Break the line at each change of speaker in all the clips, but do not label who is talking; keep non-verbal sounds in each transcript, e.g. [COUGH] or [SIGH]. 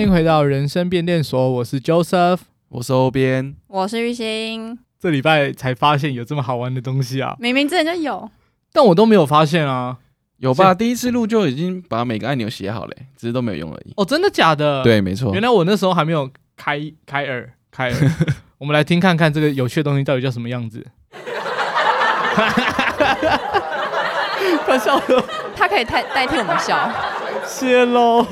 迎回到人生变电所，我是 Joseph。
我是欧边，
我是玉兴，
这礼拜才发现有这么好玩的东西啊，
明明之前就有，
但我都没有发现啊。
有吧？第一次录就已经把每个按钮写好了欸，只是都没有用而已。
哦，真的假的？，
对，没错
原。来我那时候还没有开开耳开 [LAUGHS] 耳。我们来听看看这个有趣的东西到底叫什么样子。他笑得
他可以代代替我
[LAUGHS]
们笑。
谢喽。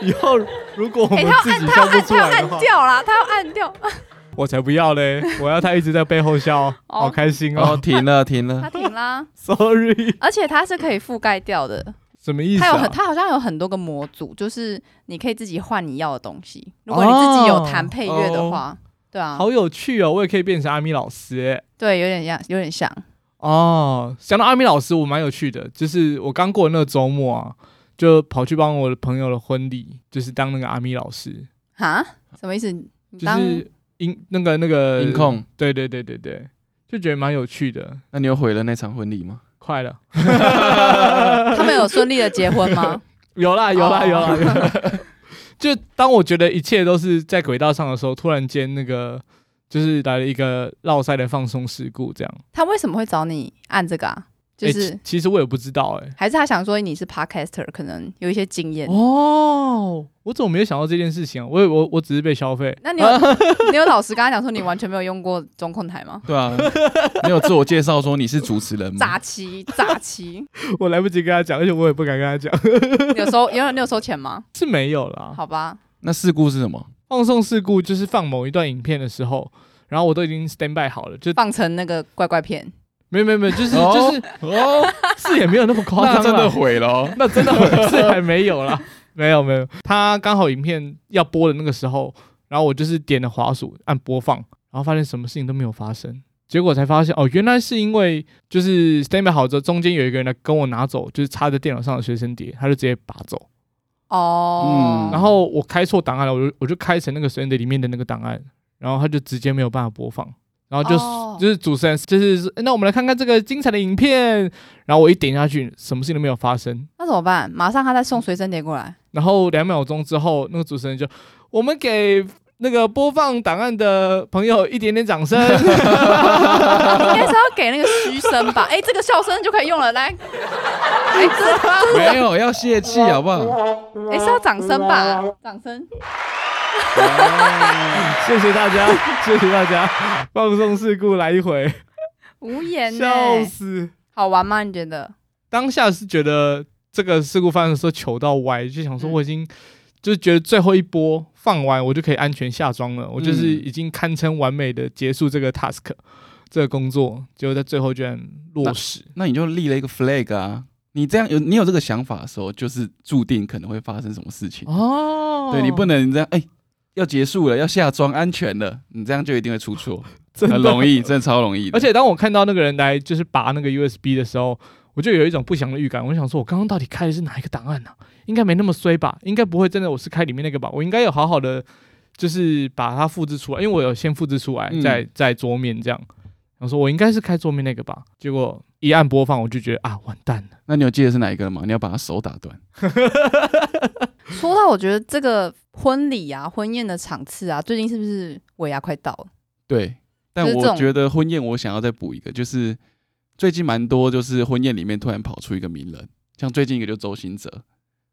以后如果我
哎、
们
他要
自
按，
己
他
笑
要
不
按，
出
他要
来的话
按，掉啦，他要按掉， [LAUGHS]
我才不要嘞！我要他一直在背后笑，
哦
好开心
哦，
哦。
停 [LAUGHS] 了，停了
他。停啦。
Sorry，
而且它是可以覆盖掉的，
什么意思
它有
啊
很，？它好像有很多个模组，就是你可以自己换你要的东西。如果你自己有弹配乐的话，对啊，
哦好有趣哦！我也可以变成阿咪老师欸
对，有点像，有点像。
哦，想到阿咪老师，我蛮有趣的，就是我刚过的那个周末啊，就跑去帮我的朋友的婚礼，就是当那个阿咪老师，
哈，什么意思？你
就
当、
是音那个那个
音，控，
对对对对对，就觉得蛮有趣的，
那你有毁了那场婚礼吗？
快了，
他们有顺利的结婚
[LAUGHS]
吗？
有啦啊有啦
哦
有啦， [LAUGHS] 有啦就当我觉得一切都是在轨道上的时候，突然间那个就是来了一个绕赛的放松事故，这样，
[LAUGHS] 他为什么会找你按这个啊？就
诶
是、
其其实我也不知道哎、
还是他想说你是 podcaster，可能有一些经验。
哦，我怎么没有想到这件事情啊？我以为我我只是被消费。
那你有、
呃
[LAUGHS] 你有老实跟他讲说你完全没有用过中控台吗？
[LAUGHS] 对 [LAUGHS] 啊，你有自我介绍说你是主持
[LAUGHS]
人吗
诈？欺诈欺，
我来不及跟他讲，而且我也不敢跟他讲， [LAUGHS]
你有收有你有收钱吗？
是没有啦。
好吧，
那事故是什 [LAUGHS] 么？
放送事故就是放某一段影片的时候，然后我都已经 stand by 好了，就
放成那个怪怪片，
没有没有没有，就是、
哦
就是
[LAUGHS] 哦，
是也没有那么夸张
那
啦，
真的毁了哦。
[LAUGHS] 那真的会是还没有啦， [LAUGHS] 没有没有，他刚好影片要播的那个时候，然后我就是点了滑鼠按播放，然后发现什么事情都没有发生，结果才发现哦，原来是因为就是 stand by 好之后，中间有一个人来跟我拿走，就是插在电脑上的随身碟，他就直接拔走，
哦，
嗯
然后我开错档案了，我就我就开成那个随身碟里面的那个档案，然后他就直接没有办法播放，然后就、
哦
就是主持人就是说哎那我们来看看这个精彩的影片，然后我一点下去，什么事情都没有发生，
那怎么办？马上他再送随身碟
[LAUGHS]
过来，
然后两秒钟之后，那个主持人就我们给。那个播放档案的朋友一点点掌声，
应该是要给那个嘘声吧？哎、这个笑声就可以用了，
[LAUGHS]
来，哎、
[LAUGHS]
这
没有，要泄气好 [LAUGHS] 不好？
哎、是要掌声吧？掌声，
[LAUGHS] 谢谢大家， [LAUGHS] 谢谢大家，放松事故来一回，
无言呢、
笑死。
好玩吗？你觉得？
当下是觉得这个事故发生的时候糗到歪，就想说
嗯
我已经、就是觉得最后一波放完，我就可以安全下庄了，我就是已经堪称完美的结束这个 task 这个工作，结果在最后居然落实。
那你就立了一个 flag 啊！你这样有你有这个想法的时候，就是注定可能会发生什么事情。
哦
对你不能这样，哎、要结束了，要下装安全了，你这样就一定会出 [LAUGHS] 错，
真的
很容易，真的超容易的。
而且当我看到那个人来就是拔那个 USB 的时候，我就有一种不祥的预感。我想说，我刚刚到底开的是哪一个档案呢、应该没那么衰吧？应该不会真的我是开里面那个吧？我应该有好好的就是把它复制出来，因为我有先复制出来，
嗯
在在桌面这样。我说我应该是开桌面那个吧？结果一按播放，我就觉得啊，完蛋了。
那你有记得是哪一个了吗？你要把他手打断。
说到我觉得这个婚礼啊、婚宴的场次啊，最近是不是尾牙快到了？
对，但
就是这
我
种
觉得婚宴，我想要再补一个，就是最近蛮多，就是婚宴里面突然跑出一个名人，像最近一个就周兴哲，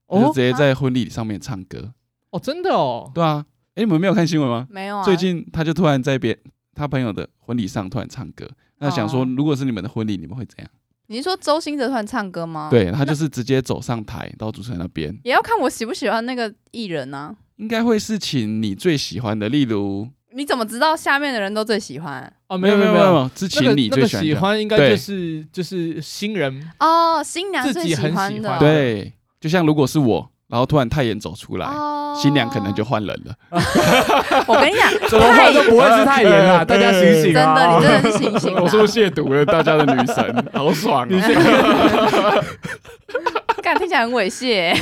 他就
哦
直接在婚礼上面唱歌。
哦，真的哦，
对啊，哎、你们没有看新闻吗？
没有啊，
最近他就突然在别他朋友的婚礼上突然唱歌，那想说
哦
如果是你们的婚礼，你们会怎样？
你是说周兴哲突然唱歌
哦
吗？，
对他就是直接走上台到主持人那边，
也要看我喜不喜欢那个艺人啊。
应该会是请你最喜欢的，例如
你怎么知道下面的人都最喜欢？
哦，没有
没
有
有
没有，
有，是
那个
请你
那
最
个
喜欢的。
喜欢应该
对
就是就是新 [LAUGHS] 人
哦，新娘
自
最
己
喜
很
欢
喜
的，
欢
对，就像如果是我，然后突然太妍走出来，
哦，
新娘可能就换人了。
[LAUGHS] 我跟你讲，
怎么换都不会是太严啦，大家醒醒
真的，
啊！
你真的是醒醒
[LAUGHS] [LAUGHS] 我说
吧！
亵渎了大家的女 [LAUGHS] 神，好爽啊！
[LAUGHS] 干听起来很猥亵 [LAUGHS] 欸、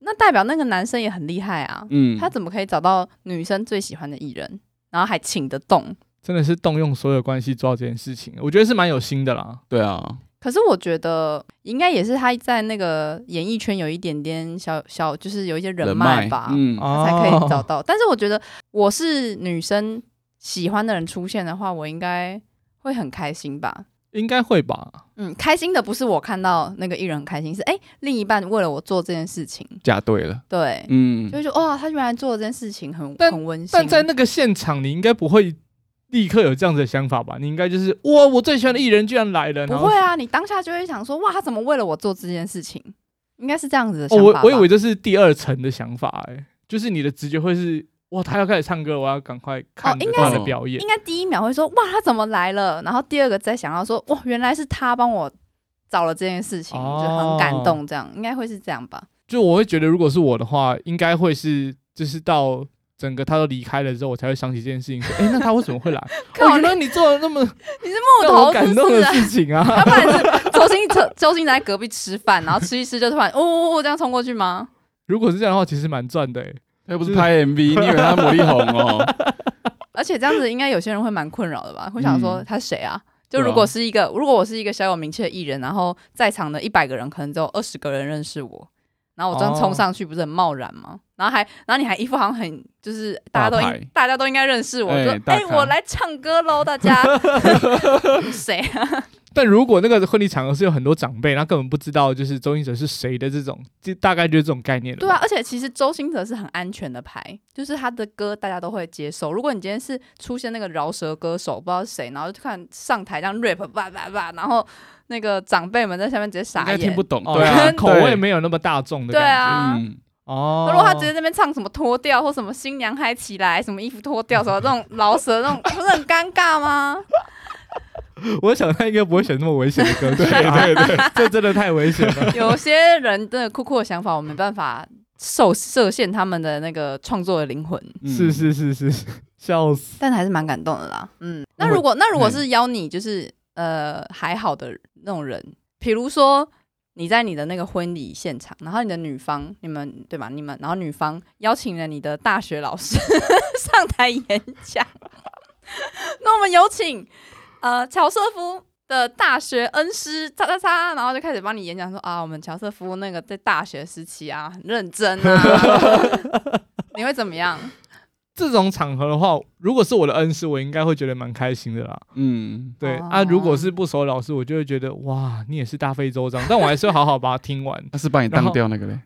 那代表那个男生也很厉害啊，
嗯，
他怎么可以找到女生最喜欢的艺人，然后还请得动？
真的是动用所有关系做到这件事情，我觉得是蛮有心的啦。
对啊，
可是我觉得应该也是他在那个演艺圈有一点点小小，就是有一些人脉吧，
嗯，
哦
他才可以找到。但是我觉得我是女生喜欢的人出现的话，我应该会很开心吧。
应该会吧？
嗯，开心的不是我看到那个艺人很开心，是哎、另一半为了我做这件事情，
嫁对了，
对，
嗯
就，会觉得哇，他原来做了这件事情很
但
很温馨。
但在那个现场，你应该不会立刻有这样子的想法吧？你应该就是哇，我最喜欢的艺人居然来了，
不
然后
会啊，你当下就会想说，哇，他怎么为了我做这件事情？应该是这样子的
哦，
想法
我
吧、
我以为这是第二层的想法、欸，就是你的直觉会是哇，他要开始唱歌，我要赶快看着
哦应该
他的
是
表演
应。该第一秒会说，哇，他怎么来了？然后第二个再想到说，哇，原来是他帮我找了这件事情，
哦
就很感动，这样应该会是这样吧？
就我会觉得，如果是我的话，应该会是就是到整个他都离开了之后，我才会想起这件事情，说，哎、那他为什么会
[LAUGHS]
来？
靠
哦，原来你做了那
[LAUGHS]
么
你是木
让我
头
感
是
动
不
的 [LAUGHS]
是啊？
事情啊！
要不然是周星驰，周星驰在隔壁吃饭，然后吃一吃就突然哦哦哦这样冲过去吗？
如果是这样的话，其实蛮赚的、欸。
他又不是拍 [LAUGHS] MV，你以为他魔力红哦？
而且这样子应该有些人会蛮困扰的吧？会想说
嗯
他是谁啊？就
对啊
如果是一个，如果我是一个小有名气的艺人，然后在场的一百个人可能只有二十个人认识我，然后我这样
哦
冲上去不是很贸然吗？然后还，然后你还一副好像很就是大家都
大牌
应大家都应该认识我，
哎
说
大
哎、
咖
我来唱歌喽，
[LAUGHS]
大家谁啊？
但如果那个婚礼场合是有很多长辈，他根本不知道就是周星哲是谁的这种，就大概就是这种概念了。
对啊，，而且其实周星哲是很安全的牌，就是他的歌大家都会接受。如果你今天是出现那个饶舌歌手，不知道是谁，然后就看上台这样 rap 叭叭叭，然后那个长辈们在下面直接
[LAUGHS] 应
傻
该
眼
听。不懂，
哦、
[LAUGHS] 对啊，
口味
对
没有那么大众的
对
感觉。
啊，
嗯，
哦，
如果他直接在那边唱什么脱掉或什么新娘嗨起来，什么衣服脱掉什么这种饶舌那种， [LAUGHS] 不是很尴尬吗？
我想他应该不会选那么危险的
[LAUGHS]
歌曲、对对对，这真的太危险了。
有些人真的酷酷的想法，我没办法受设限他们的那个创作的灵魂。
[LAUGHS] 嗯
是，是是是，是笑死。
但还是蛮感动的啦。嗯，那
我
如果那如果
嗯
是邀你，就是呃还好的那种人，比如说你在你的那个婚礼现场，然后你的女方，你们对吧？你们然后女方邀请了你的大学老师 [LAUGHS] 上台演讲， [LAUGHS] 那我们有请呃乔瑟夫。的大学恩师叉叉叉，然后就开始帮你演讲说啊，我们乔瑟夫那个在大学时期啊，很认真啊， [LAUGHS] 你会怎么样？
这种场合的话，如果是我的恩师，我应该会觉得蛮开心的啦。
嗯，
对、
哦
啊，如果是不熟的老师，我就会觉得哇，你也是大费周章，但我还是会好好把它听完。
他是把你当掉那 [LAUGHS] 个嘞。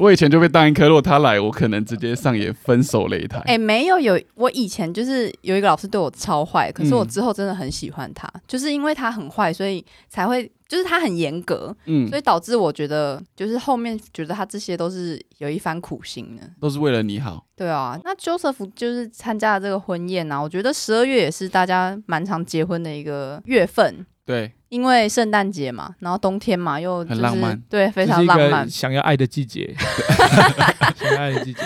我以前就被当一颗，如果他来，我可能直接上演分手擂台。
哎、没有有，我以前就是有一个老师对我超坏，可是我
嗯
之后真的很喜欢他，就是因为他很坏，所以才会就是他很严格，
嗯
所，以导致我觉得就是后面觉得他这些都是有一番苦心的。
都是为了你好。
对啊，那 Joseph 就是参加了这个婚宴啊，我觉得十二月也是大家蛮常结婚的一个月份。
对，
因为圣诞节嘛，然后冬天嘛，又、就是、
很浪漫，
对，非
这是
常
一
浪
个
漫，
想要爱的季
[LAUGHS]
节，想要爱的季节。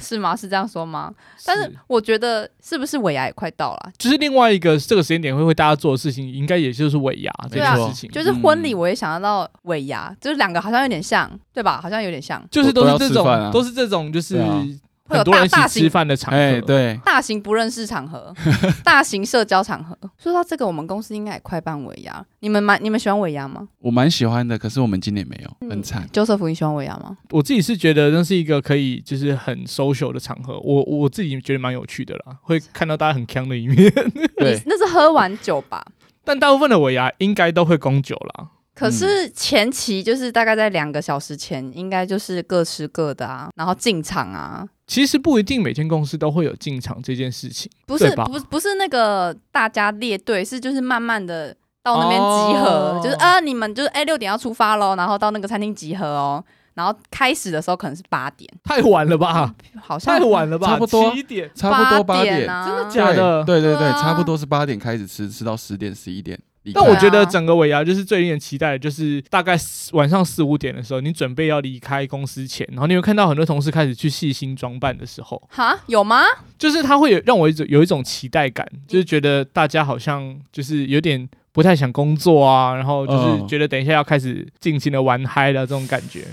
是吗？是这样说吗？ [LAUGHS] 但是我觉得是不是尾牙也快到了？啊
就是另外一个这个时间点会会大家做的事情，应该也就是尾牙这
没
件
错
事，情，
啊就是婚礼，
嗯
我也想到尾牙，就是两个好像有点像，对吧？好像有点像，
就是都是这
都要吃
种、
饭啊
都是这种就是
对啊
会有
很多人一
大大
起
型
吃饭的场合。
哎，对，
大型不认识场合， [LAUGHS] 大型社交场合。说到这个，我们公司应该也快办尾牙，你们蛮你们喜欢尾牙吗
我蛮喜欢的，可是我们今年没有，
嗯
很惨。
？Joseph，你喜欢尾牙吗？
我自己是觉得那是一个可以就是很 social 的场合，我我自己觉得蛮有趣的啦，会看到大家很强的一面。 [LAUGHS]
对，
那是喝完酒吧？
但大部分的尾牙应该都会供酒啦，
可是
嗯
前期就是大概在两个小时前，应该就是各吃各的啊，然后进场啊，
其实不一定每间公司都会有进场这件事情。
不是
对吧
不是不是那个大家列队，是就是慢慢的到那边集合，
哦
就是啊、你们就是哎六、点要出发喽，然后到那个餐厅集合哦。然后开始的时候可能是八点，
太晚了吧？
好像
太晚了吧？
差不多
七点。
差不多八
点
点，
啊，
真的假
对
的
对对
对
对，
啊
差不多是八点开始吃，吃到十点十一点离开。
但我
对啊
觉得整个尾牙就是最令人期待的，就是大概晚上四五点的时候，你准备要离开公司前，然后你会看到很多同事开始去细心装扮的时候，
哈，有吗？
就是他会有让我一种有一种期待感，就是觉得大家好像就是有点不太想工作啊，然后就是
嗯
觉得等一下要开始尽情的玩嗨了这种感觉，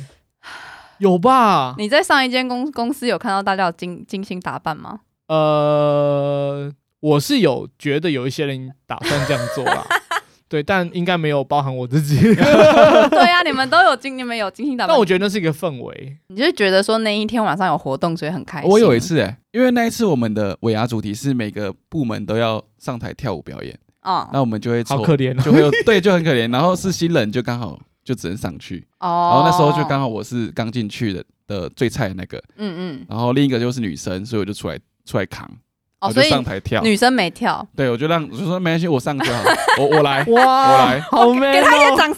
有吧？
你在上一间公公司有看到大家有精精心打扮吗？ [LAUGHS]
呃，我是有觉得有一些人打算这样做啦，对，但应该没有包含我自己。
哦对呀、你们都有精，你们有精心打扮
[LAUGHS] 但我，觉得那是一个氛围，
你就是觉得说那一天晚上有活动，所以很开心。
我有一，次哎、因为那一次我们的尾牙主题是每个部门都要上台跳舞表演，那
哦
我们就会抽
好可怜哦。
[LAUGHS] 就会有对，就很可怜。然后是新人，就刚好就只能上去。然
哦
后那时候就刚，好我是刚进去的的最菜的那个，
嗯嗯，
然后另一个就是女生，所以我就出来出来扛，我
哦，
就
所以
上台跳。
女生没跳，
对，我就让我就说没关系，我上就好，我我来。我
哇
来，
好 man
给她一点
哦！
掌声。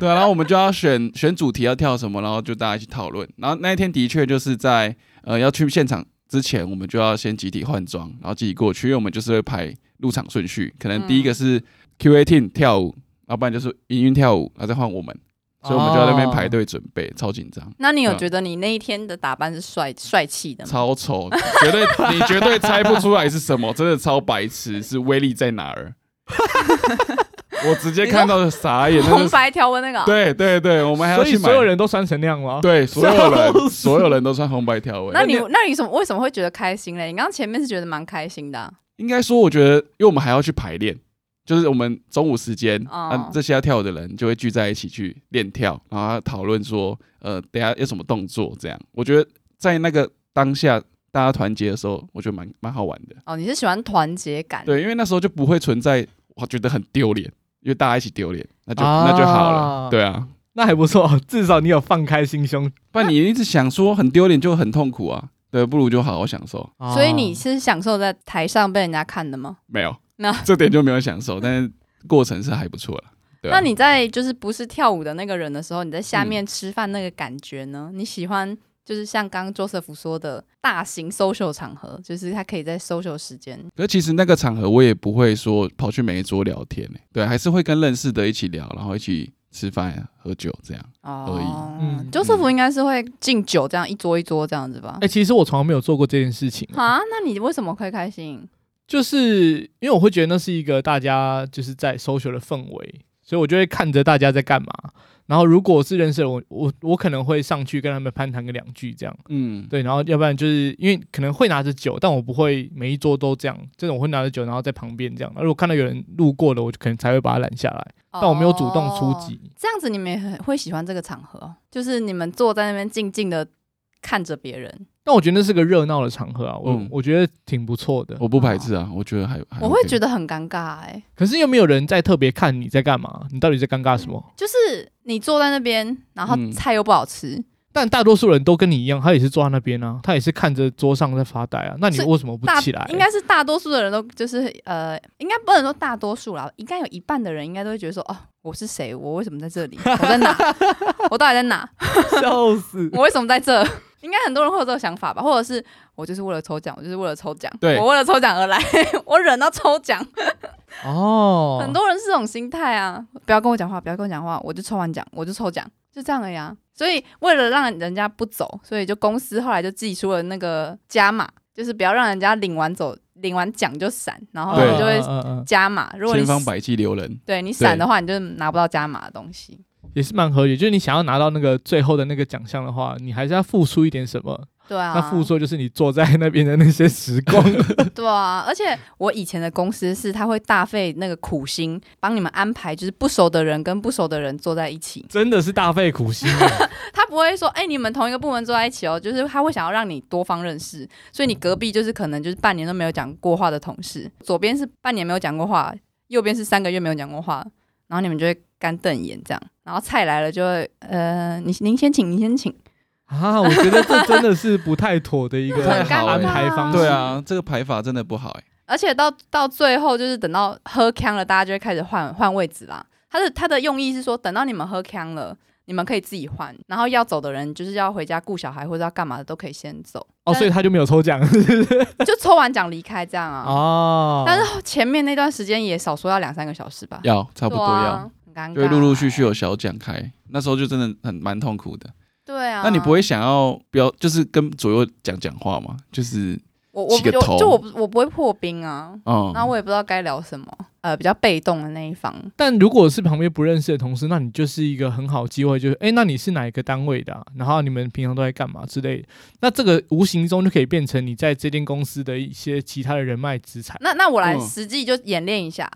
对啊，然后我们就要选选主题要跳什么，然后就大家一起讨论。然后那一天的确就是在呃要去现场之前，我们就要先集体换装，然后集体过去，因为我们就是会排入场顺序，可能第一
嗯
个是 Q A Team 跳舞，要不然就是音韵跳舞，然后再换我们，所以我们就在那边
哦
排队准备，超紧张。
那你有
对啊
觉得你那一天的打扮是帅帅气的吗？
超丑，绝对 [LAUGHS] 你绝对猜不出来是什么，真的超白痴，是威力在哪
[LAUGHS]
儿？我直接看到
[LAUGHS]
傻眼，那
红
是
白条纹那个哦，
对对对，我们还要
所以
去买
所有人都穿成那样
[LAUGHS]
吗？
对，所有
笑
人，所有人都穿红白条欸纹。
那你那你怎么为什么会觉得开心嘞？你刚刚前面是觉得蛮开心的啊、
应该说，我觉得，因为我们还要去排练，就是我们中午时间，
哦
啊，这些要跳舞的人就会聚在一起去练跳，然后讨论说，呃，等一下有什么动作这样。我觉得在那个当下，大家团结的时候，我觉得蛮蛮好玩的。
哦，你是喜欢团结感，
对，因为那时候就不会存在我觉得很丢脸，因为大家一起丢脸，那就、那就好
啊
了。对啊，
那还不错， [LAUGHS] 至少你有放开心胸。
不然你一直想说很丢脸就很痛苦啊。对，不如就好好享受。
所以你是享受在台上被人家看的吗？
没有，
那
[LAUGHS] 这点就没有享受，但是过程是还不错了。对啊
那你在就是不是跳舞的那个人的时候，你在下面吃饭那个感觉呢？
嗯
你喜欢就是像刚刚 Joseph 说的大型 social 场合，就是他可以在 social 时间，
可是其实那个场合我也不会说跑去每一桌聊天、欸，对，还是会跟认识的一起聊，然后一起吃饭、啊喝酒这样。而
哦
已，
嗯
Joseph 应该是会敬酒这样一桌一桌这样子吧
哎、？其实我从来没有做过这件事情，
啊，那你为什么会开心？
就是因为我会觉得那是一个大家就是在 social 的氛围，所以我就会看着大家在干嘛。然后如果是认识的人我，我我可能会上去跟他们攀谈个两句这样，
嗯，
对，然后要不然就是因为可能会拿着酒，但我不会每一桌都这样，这种我会拿着酒，然后在旁边这样。那如果看到有人路过了，我就可能才会把他拦下来，但我没有主动出
哦
击。
这样子你们也很会喜欢这个场合哦，就是你们坐在那边静静的看着别人。
但我觉得那是个热闹的场合啊，我、
嗯
我觉得挺不错的。
我不排斥啊，我觉得还
嗯
还
哦我会
OK
觉得很尴尬哎、
可是又没有人在特别看你在干嘛，你到底在尴尬什么？
就是你坐在那边，然后
嗯
菜又不好吃，
但大多数人都跟你一样，他也是坐在那边啊，他也是看着桌上在发呆啊。那你
是
为什么不
大
起来？
应该是大多数的人都就是呃，应该不能说大多数啦，应该有一半的人应该都会觉得说，哦，我是谁？我为什么在这里？我
[LAUGHS]
在哪？我到底在哪？
笑死
[LAUGHS] 我为什么在这？应该很多人会有这个想法吧，或者是我就是为了抽奖，我就是为了抽奖，
对
我为了抽奖而来， [LAUGHS] 我忍到抽奖。
[LAUGHS] 哦。
很多人是这种心态啊，不要跟我讲话，不要跟我讲话，我就抽完奖，我就抽奖，就这样而已啊。所以为了让人家不走，所以就公司后来就寄出了那个加码，就是不要让人家领完走，领完奖就闪，然后
对
就会
嗯嗯嗯
加码。如果你
千方百计留人。
对你闪的话，你就拿不到加码的东西。
也是蛮合理。就是你想要拿到那个最后的那个奖项的话，你还是要付出一点什么。
对啊，
那付出就是你坐在那边的那些时光。 [LAUGHS]
对啊，而且我以前的公司是他会大费那个苦心帮你们安排，就是不熟的人跟不熟的人坐在一起，
真的是大费苦心啊、
他不会说，哎、你们同一个部门坐在一起哦，就是他会想要让你多方认识，所以你隔壁就是可能就是半年都没有讲过话的同事，左边是半年没有讲过话，右边是三个月没有讲过话，然后你们就会干瞪眼这样，然后菜来了就会，呃，你您先请，您先请，
啊！我觉得这真的是不太哎妥的一
不
个
太好
安排
嗯
方式。
对，啊，这个排法真的不好哎、
而且到到最后就是等到喝康了，大家就会开始换换位置啦。他的他的用意是说，等到你们喝康了，你们可以自己换，然后要走的人就是要回家顾小孩或者要干嘛的都可以先
[LAUGHS]
走，
哦，所以他就没有抽奖
就抽完奖离开这样
[LAUGHS]
啊。
哦。
但是前面那段时间也少说要两三个小时吧，
要差不多
对
要
啊，，很尴尬，
就会陆陆续续有小奖开，那时候就真的很蛮痛苦的。
对啊。
那你不会想要不要就是跟左右讲讲话吗？就是
我我
起个
就
头
就我不我不会破冰啊，
嗯，
然后我也不知道该聊什么，呃比较被动的那一方。
但如果是旁边不认识的同事，那你就是一个很好的机会，就是哎、诶那你是哪一个单位的啊、然后你们平常都在干嘛之类的。那这个无形中就可以变成你在这间公司的一些其他的人脉资产。
那那我来
嗯
实际就演练一下，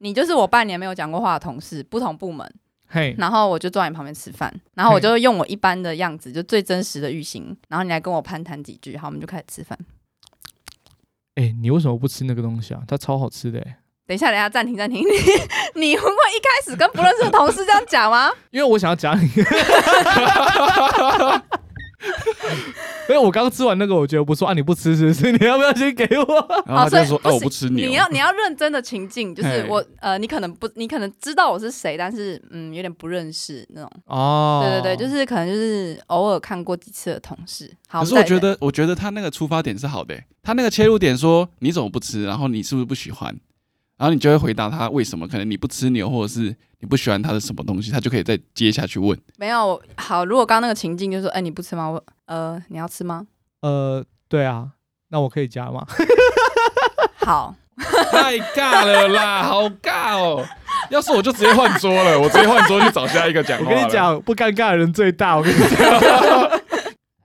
你就是我半年没有讲过话的同事，不同部门，
嘿，
然后我就坐在你旁边吃饭，然后我就用我一般的样子，就最真实的玉行，然后你来跟我攀谈几句，好，我们就开始吃饭。
哎、你为什么不吃那个东西啊？它超好吃的、 [LAUGHS] 诶
等一下，等一下，暂停，暂停， [LAUGHS] 你你会一开始跟不认识的同事这样讲吗？
因为我想要讲 [LAUGHS] 你。因为我刚吃完那个，我觉得不错啊！你不吃是不 [LAUGHS] 是？你要不要先给我？
然后他
啊所以
就说：“
不
哦，我
是
不吃牛。”
你要你要认真的情境，就是
嘿
我呃，你可能不，你可能知道我是谁，但是嗯，有点不认识那种。
哦，
对对对，就是可能就是偶尔看过几次的同事。好，
可是我
们再
觉得，我觉得他那个出发点是好的欸、他那个切入点说你怎么不吃，然后你是不是不喜欢，然后你就会回答他为什么，可能你不吃牛，或者是你不喜欢他的什么东西，他就可以再接下去问。
没有好。如果刚刚那个情境就是说，哎、你不吃吗？我呃，你要吃吗？
呃，对啊，那我可以加
[LAUGHS] 啊
吗？
好，
太尬了啦，好尬哦！要是我就直接换桌了，我直接换桌去找下一个讲
我跟你，讲，不尴尬的人最大。我跟你讲，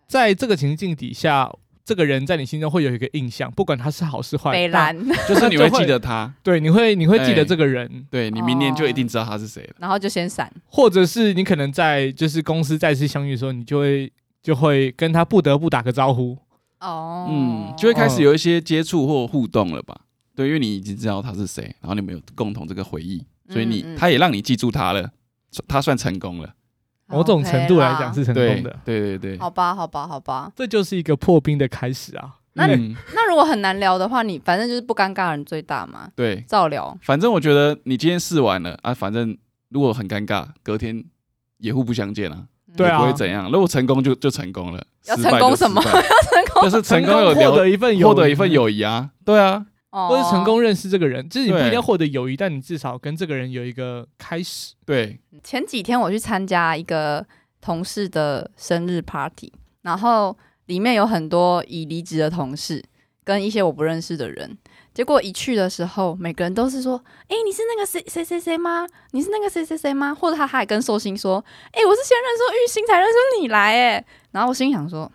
[LAUGHS]
在这个情境底下，这个人在你心中会有一个印象，不管他是好是坏，
北
那
兰，
就是你会记得他，
对，你会你会记得
哎
这个人，
对你明年就一定知道他是谁了。
[LAUGHS] 然后就先闪。
或者是你可能在就是公司再次相遇的时候，你就会就会跟他不得不打个招呼。
哦，
嗯，就会开始有一些接触或互动了吧？对，因为你已经知道他是谁，然后你们有共同这个回忆，所以你
嗯嗯
他也让你记住他了，他算成功了。
某种程度来讲是成
对
功的，
对对对
好。吧，好吧，好吧。
这就是一个破冰的开始啊。
那
对
嗯、
那如果很难聊的话，你反正就是不尴尬的人最大嘛，
对，
照聊。
反正我觉得你今天试完了啊，反正如果很尴尬，隔天也互不相见啊，
嗯
对啊
也不会怎样。如果成功就就成功了，
要
失败
成功
就失
什么
败 [LAUGHS]
成 [LAUGHS] 功
就是成功有
功 [LAUGHS] 获
聊
得一份友
获得一份
谊，
友谊啊，对啊，
哦
或是成功认识这个人，就是你不一定
对
要获得友谊，但你至少跟这个人有一个开始。
对，
嗯前几天我去参加一个同事的生日 party，然后里面有很多已离职的同事跟一些我不认识的人。结果一去的时候，每个人都是说：“哎、你是那个谁谁谁谁吗？你是那个谁谁谁吗？”或者他还跟寿星说：“哎、我是先认识玉兴才认识你来。”哎，然后我心想说：“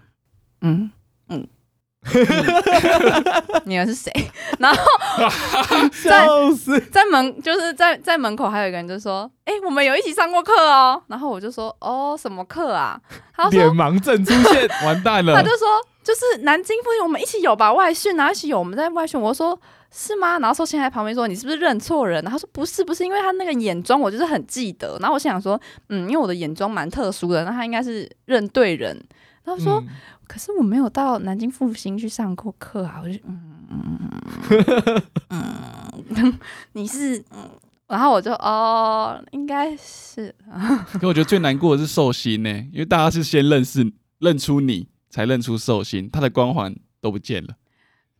嗯嗯， [LAUGHS] 嗯你们是谁？” [LAUGHS] 在
笑死！
在门就是在在门口还有一个人就说：“哎、我们有一起上过课哦。”然后我就说：“哦，什么课啊？”他
脸
说
盲症出
[LAUGHS]
现，
完蛋：“了
他就，说就是南京附近我们一起有吧外训啊，一起有我们在外训。”我说：“是吗？”然后寿星还在旁边说：“你是不是认错人？”然后他说：“不是，不是，因为他那个眼妆我就是很记得。”然后我想说：“嗯，因为我的眼妆蛮特殊的，那他应该是认对人。”然后说：“
嗯
可是我没有到南京复兴去上过课啊，我就嗯
[LAUGHS]
嗯 [LAUGHS] 嗯，你是嗯，然后我就哦，应该是
可我觉得最难过的是寿星呢、因为大家是先认识认出你，才认出寿星，他的光环都不见了。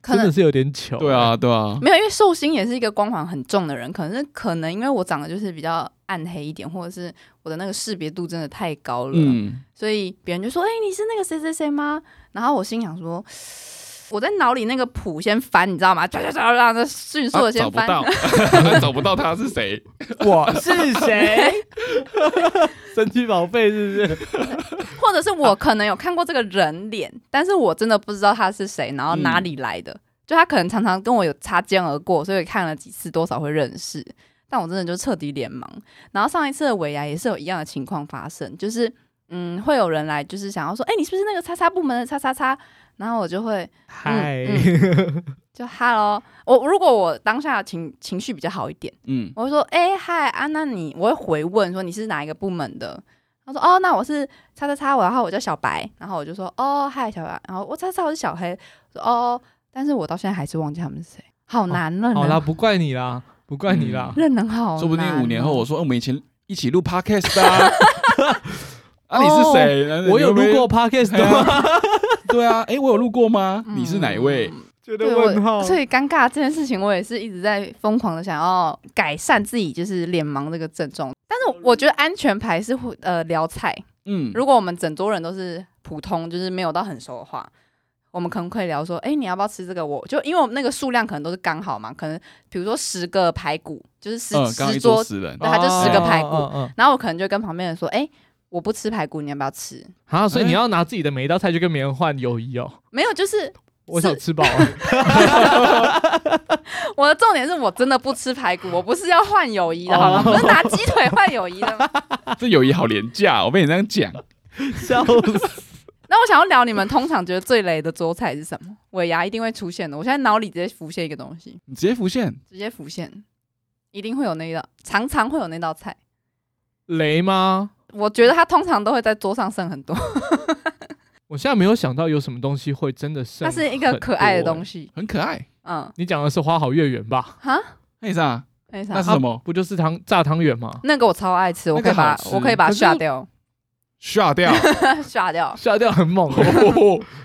可
真
能
的是有点糗。
对，
[LAUGHS]
啊，对啊，
没有，因为寿星也是一个光环很重的人，可能是可能因为我长得就是比较暗黑一点，或者是我的那个识别度真的太高了，
嗯，
所以别人就说：“哎、你是那个谁谁谁吗？”然后我心想说。 [SIGHS] 我在脑里那个谱先翻，你知
啊
道吗？ [LAUGHS] 唰唰唰，让它迅速
啊
的
找
先
不
翻， [LAUGHS]
到， [LAUGHS] 找不到他是谁。
我 [LAUGHS] 是谁？神奇宝贝是
嗯
不是？
或者是我可能有看过这个人脸，但是我真的不知道他是谁，然后哪里来的。就他可能常常跟我有擦肩而过，所以看了几次多少会认识，但我真的就彻底脸盲。然后上一次的尾牙也是有一样的情况发生，就是嗯，会有人来就是想要说，哎、你是不是那个叉叉部门的叉叉叉？然后我就会
嗨，
嗯就 hello，我如果我当下情情绪比较好一点。
嗯，
我就说：“哎、嗨啊，那你我会回问说你是哪一个部门的？”他说：“哦，那我是叉叉叉，然后我叫小白。”然后我就说：“哦，嗨，小白。”然后我叉叉我是小黑。我说：“哦，但是我到现在还是忘记他们是谁，好难认、哦，
好啦，不怪你啦，不怪你啦。
认人好难哦、
说不定五年后我说，哦我们以前一起录 podcast 的
[LAUGHS]
啊，啊你是谁？
哦
然后
嗯
你
我有
会不
录
会 [LAUGHS]
过 podcast 的吗？
对啊，哎，我有录过吗？
嗯
你是哪一位？
[LAUGHS] 觉
对
得
我
问号，。
所以尴尬这件事情，我也是一直在疯狂的想要改善自己就是脸盲这个症状。但是我觉得安全牌是会呃聊菜，
嗯，
如果我们整桌人都是普通，就是没有到很熟的话，我们可能可以聊说，哎、你要不要吃这个？我就因为我们那个数量可能都是刚好嘛，可能比如说十个排骨，就是十、
嗯，刚刚
十
一桌
桌，
十人，
对他就十个排骨
嗯嗯嗯
然后我可能就跟旁边人说，哎、我不吃排骨，你要不要吃？
啊，所以
哎
你要拿自己的每一道菜去跟别人换友谊哦。
没有，就是
我想吃饱啊
[LAUGHS]
了，
我的重点是我真的不吃排骨，我不是要换友谊的，好吗？
哦
不是拿鸡腿换友
[LAUGHS]
谊的吗？
这友谊好廉价哦，我被你这样讲，
笑死！
那我想要聊你们通常觉得最雷的桌菜是什么？尾牙一定会出现的，我现在脑里直接浮现一个东西，
你直接浮现，
直接浮现，一定会有那一道，常常会有那道菜。
雷吗？
我觉得它通常都会在桌上剩
[LAUGHS]
很多，
我现在没有想到有什么东西会真的剩。欸
它是一个可爱的东
西。
西。
很可爱。
嗯，
你讲的是花好月圆吧？
哈，
那你啥？
那
那
啥
是，什么？
不就是汤炸汤圆吗？
那个我超爱吃，我
那
可
个
以把
好吃
我可以把它
可是
刷掉， [LAUGHS]
吓掉！ [LAUGHS]
刷掉。
下掉很猛，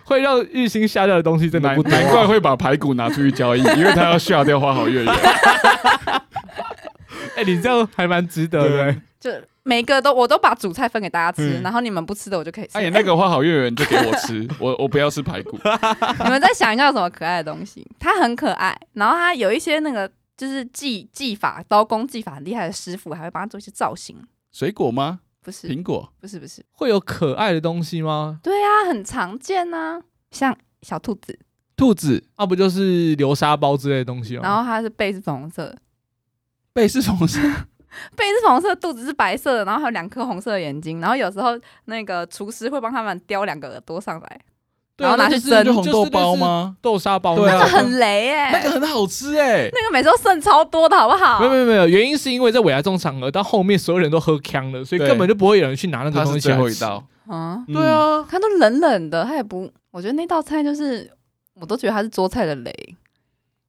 会让日新下掉的东西真的
难
不多。啊
难怪会把排骨拿出去交易，因为他要吓掉花好
[LAUGHS]
月圆。
哎，你这样还蛮值得的。
就每个都我都把主菜分给大家吃，
嗯
然后你们不吃的我就可以吃。
哎呀，那个花好月圆就给我吃，我我不要吃排骨。
[LAUGHS] 你们再想一下有什么可爱的东西？它很可爱，然后它有一些那个就是技技法、刀工技法很厉害的师傅，还会帮他做一些造型。
水果吗？
不是，
苹果？
不是，不是，
会有可爱的东西吗？
对啊，很常见啊，像小兔子，
兔子？
那不就是流沙包之类的东西
啊
然
吗？
后它是背是粉红色的，
背是
[LAUGHS]
红色？
背是粉红色，肚子是白色的，然后还有两颗红色的眼睛，然后有时候那个厨师会帮他们雕两个耳朵上来，
对
然后拿
那
去
就是
蒸
就红豆包？吗？
豆沙包
对啊
那个很雷哎、
那个很好吃哎，
那个每次都剩超多的好不好
没？有没有没有，原因是因为在尾牙这种场合，到后面所有人都喝呛了，所以
对
根本就不会有人去拿那个
它
东
是
西起来
最后一
吃。
道。
啊，
对啊，
它都冷冷的，它也不，我觉得那道菜就是，我都觉得它是桌菜的雷。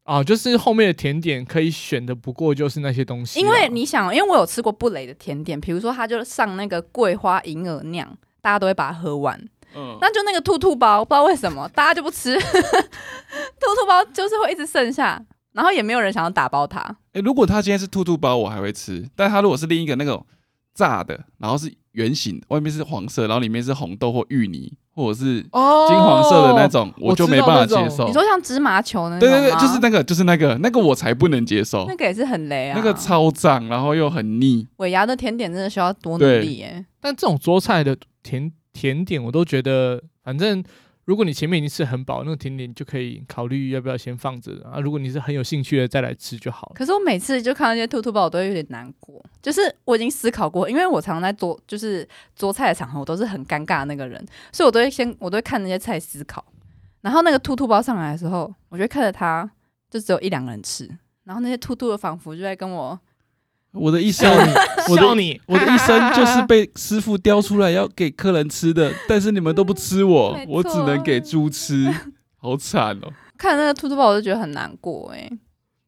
啊，就是后面的甜点可以选的，不过就是那些东西啊。
因为你想，因为我有吃过不雷的甜点，比如说它就上那个桂花银耳酿，大家都会把它喝完。
嗯，嗯，
那就那个兔兔包，不知道为什么大家就不吃， [LAUGHS] 兔兔包就是会一直剩下，然后也没有人想要打包它。
哎，如果它今天是兔兔包，我还会吃，但它如果是另一个那种炸的，然后是圆形，外面是黄色，然后里面是红豆或芋泥，或者是
哦
金黄色的那，种，
我
我就
知
没
道
办法
那种
接受
你。说像芝麻球那种
对哦对对，
吗
就是那个，就是那个，那个我才不能接受
那，个也是很雷啊。
那个超胀，然后又很腻。
尾牙的甜点真的需要多努
对
力耶、
但这种桌菜的甜甜点，我都觉得，反正如果你前面已经吃很饱，那个甜点就可以考虑要不要先放着啊。如果你是很有兴趣的，再来吃就好了。
可是我每次就看到那些兔兔包，我都会有点难过。就是我已经思考过，因为我常常在桌就是桌菜的场合，我都是很尴尬的那个人，所以我都会先我都会看那些菜思考。然后那个兔兔包上来的时候，我就会看着它，就只有一两个人吃，然后那些兔兔的仿佛就在跟我，
我的一生
笑，你，
我的
笑你，
我的一生就是被师傅雕出来要给客人吃的，但是你们都不吃我
没，错
我只能给猪吃，好惨哦。
看那个兔兔包，我就觉得很难过哎、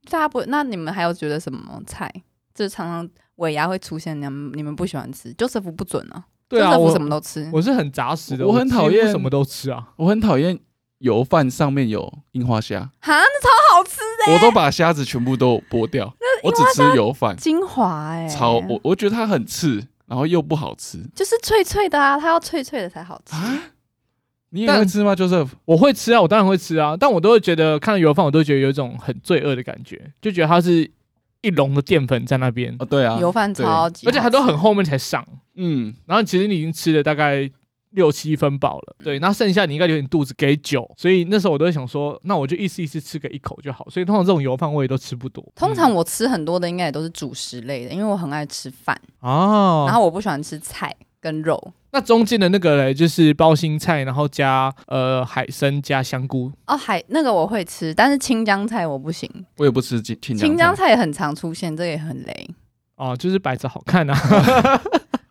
大家不，那你们还有觉得什么菜？就是常常尾牙会出现，你们你们不喜欢吃，就师傅不准啊，
对啊，
就师傅
我
什么都吃。
我是很杂食的，
我很
几乎
讨厌
什么都吃啊。
我很讨厌油饭上面有樱花虾，
哈，那超好吃，
我都把虾子全部都剥掉，我只吃油饭，
精华哎、
超我我觉得它很刺，然后又不好吃。
就是脆脆的啊，它要脆脆的才好吃。
你也
但
会吃吗，Joseph？
我会吃啊，我当然会吃啊，但我都会觉得看到油饭，我都会觉得有一种很罪恶的感觉，就觉得它是一笼的淀粉在那边，
哦，对啊，
油饭超级好吃，
而且它都很后面才上，
嗯，
然后其实你已经吃了大概六七分饱了，
嗯
对，那剩下你应该留点肚子给酒，所以那时候我都会想说，那我就一次一次吃个一口就好，所以通常这种油饭我也都吃不多
通常我吃很多的应该也都是主食类的，因为我很爱吃饭，
哦
然后我不喜欢吃菜跟肉。
那中间的那个嘞，就是包心菜，然后加呃海参加香菇，
哦，海那个我会吃，但是青江菜我不行。
我也不吃青青
青江
江菜，
菜也很常出现，这也很雷。
哦，就是摆着好看啊。
[LAUGHS]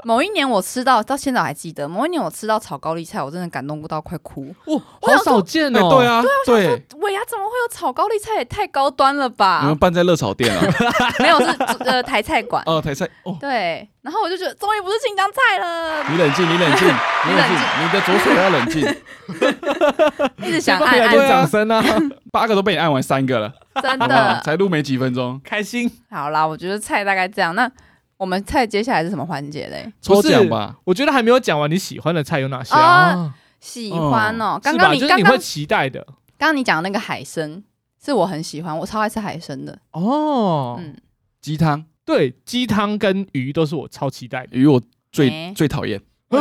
某一年我吃到，到现在我还记得，某一年我吃到炒高丽菜，我真的感动到快哭。
哇、 [LAUGHS] 好少见
哎
哦！
对，啊，对，
尾牙怎么会有炒高丽菜？也太高端了
你
吧
嗯
们！办在热炒店啊？
没有是呃台菜馆。
哦，台菜，哦，
对，然后我就觉得终于不是青江菜了，
你冷静，你
[LAUGHS]
冷静，你冷
冷
静，你的左手要冷静。
[LAUGHS] 一直想
快
按
来
按
点
对
钮，
掌声啊！
[LAUGHS] 八个都被你按完三个了，
真
好不好？
嗯
的。
才录没几分钟，
开心。
好啦，我觉得菜大概这样。那我们菜接下来是什么环节嘞？
不
抽
是
奖吧。
我觉得还没有讲完你喜欢的菜有哪些
啊
啊？
喜欢哦。刚
是
刚
吧？
你
就
刚
是你
刚
会
刚
期待的
刚你讲的那个海参，是我很喜欢，我超爱吃海参的。
哦。
嗯，
鸡汤
对，鸡汤跟鱼都是我超期待的。啊
鱼我最、
哎
最讨厌，
嗯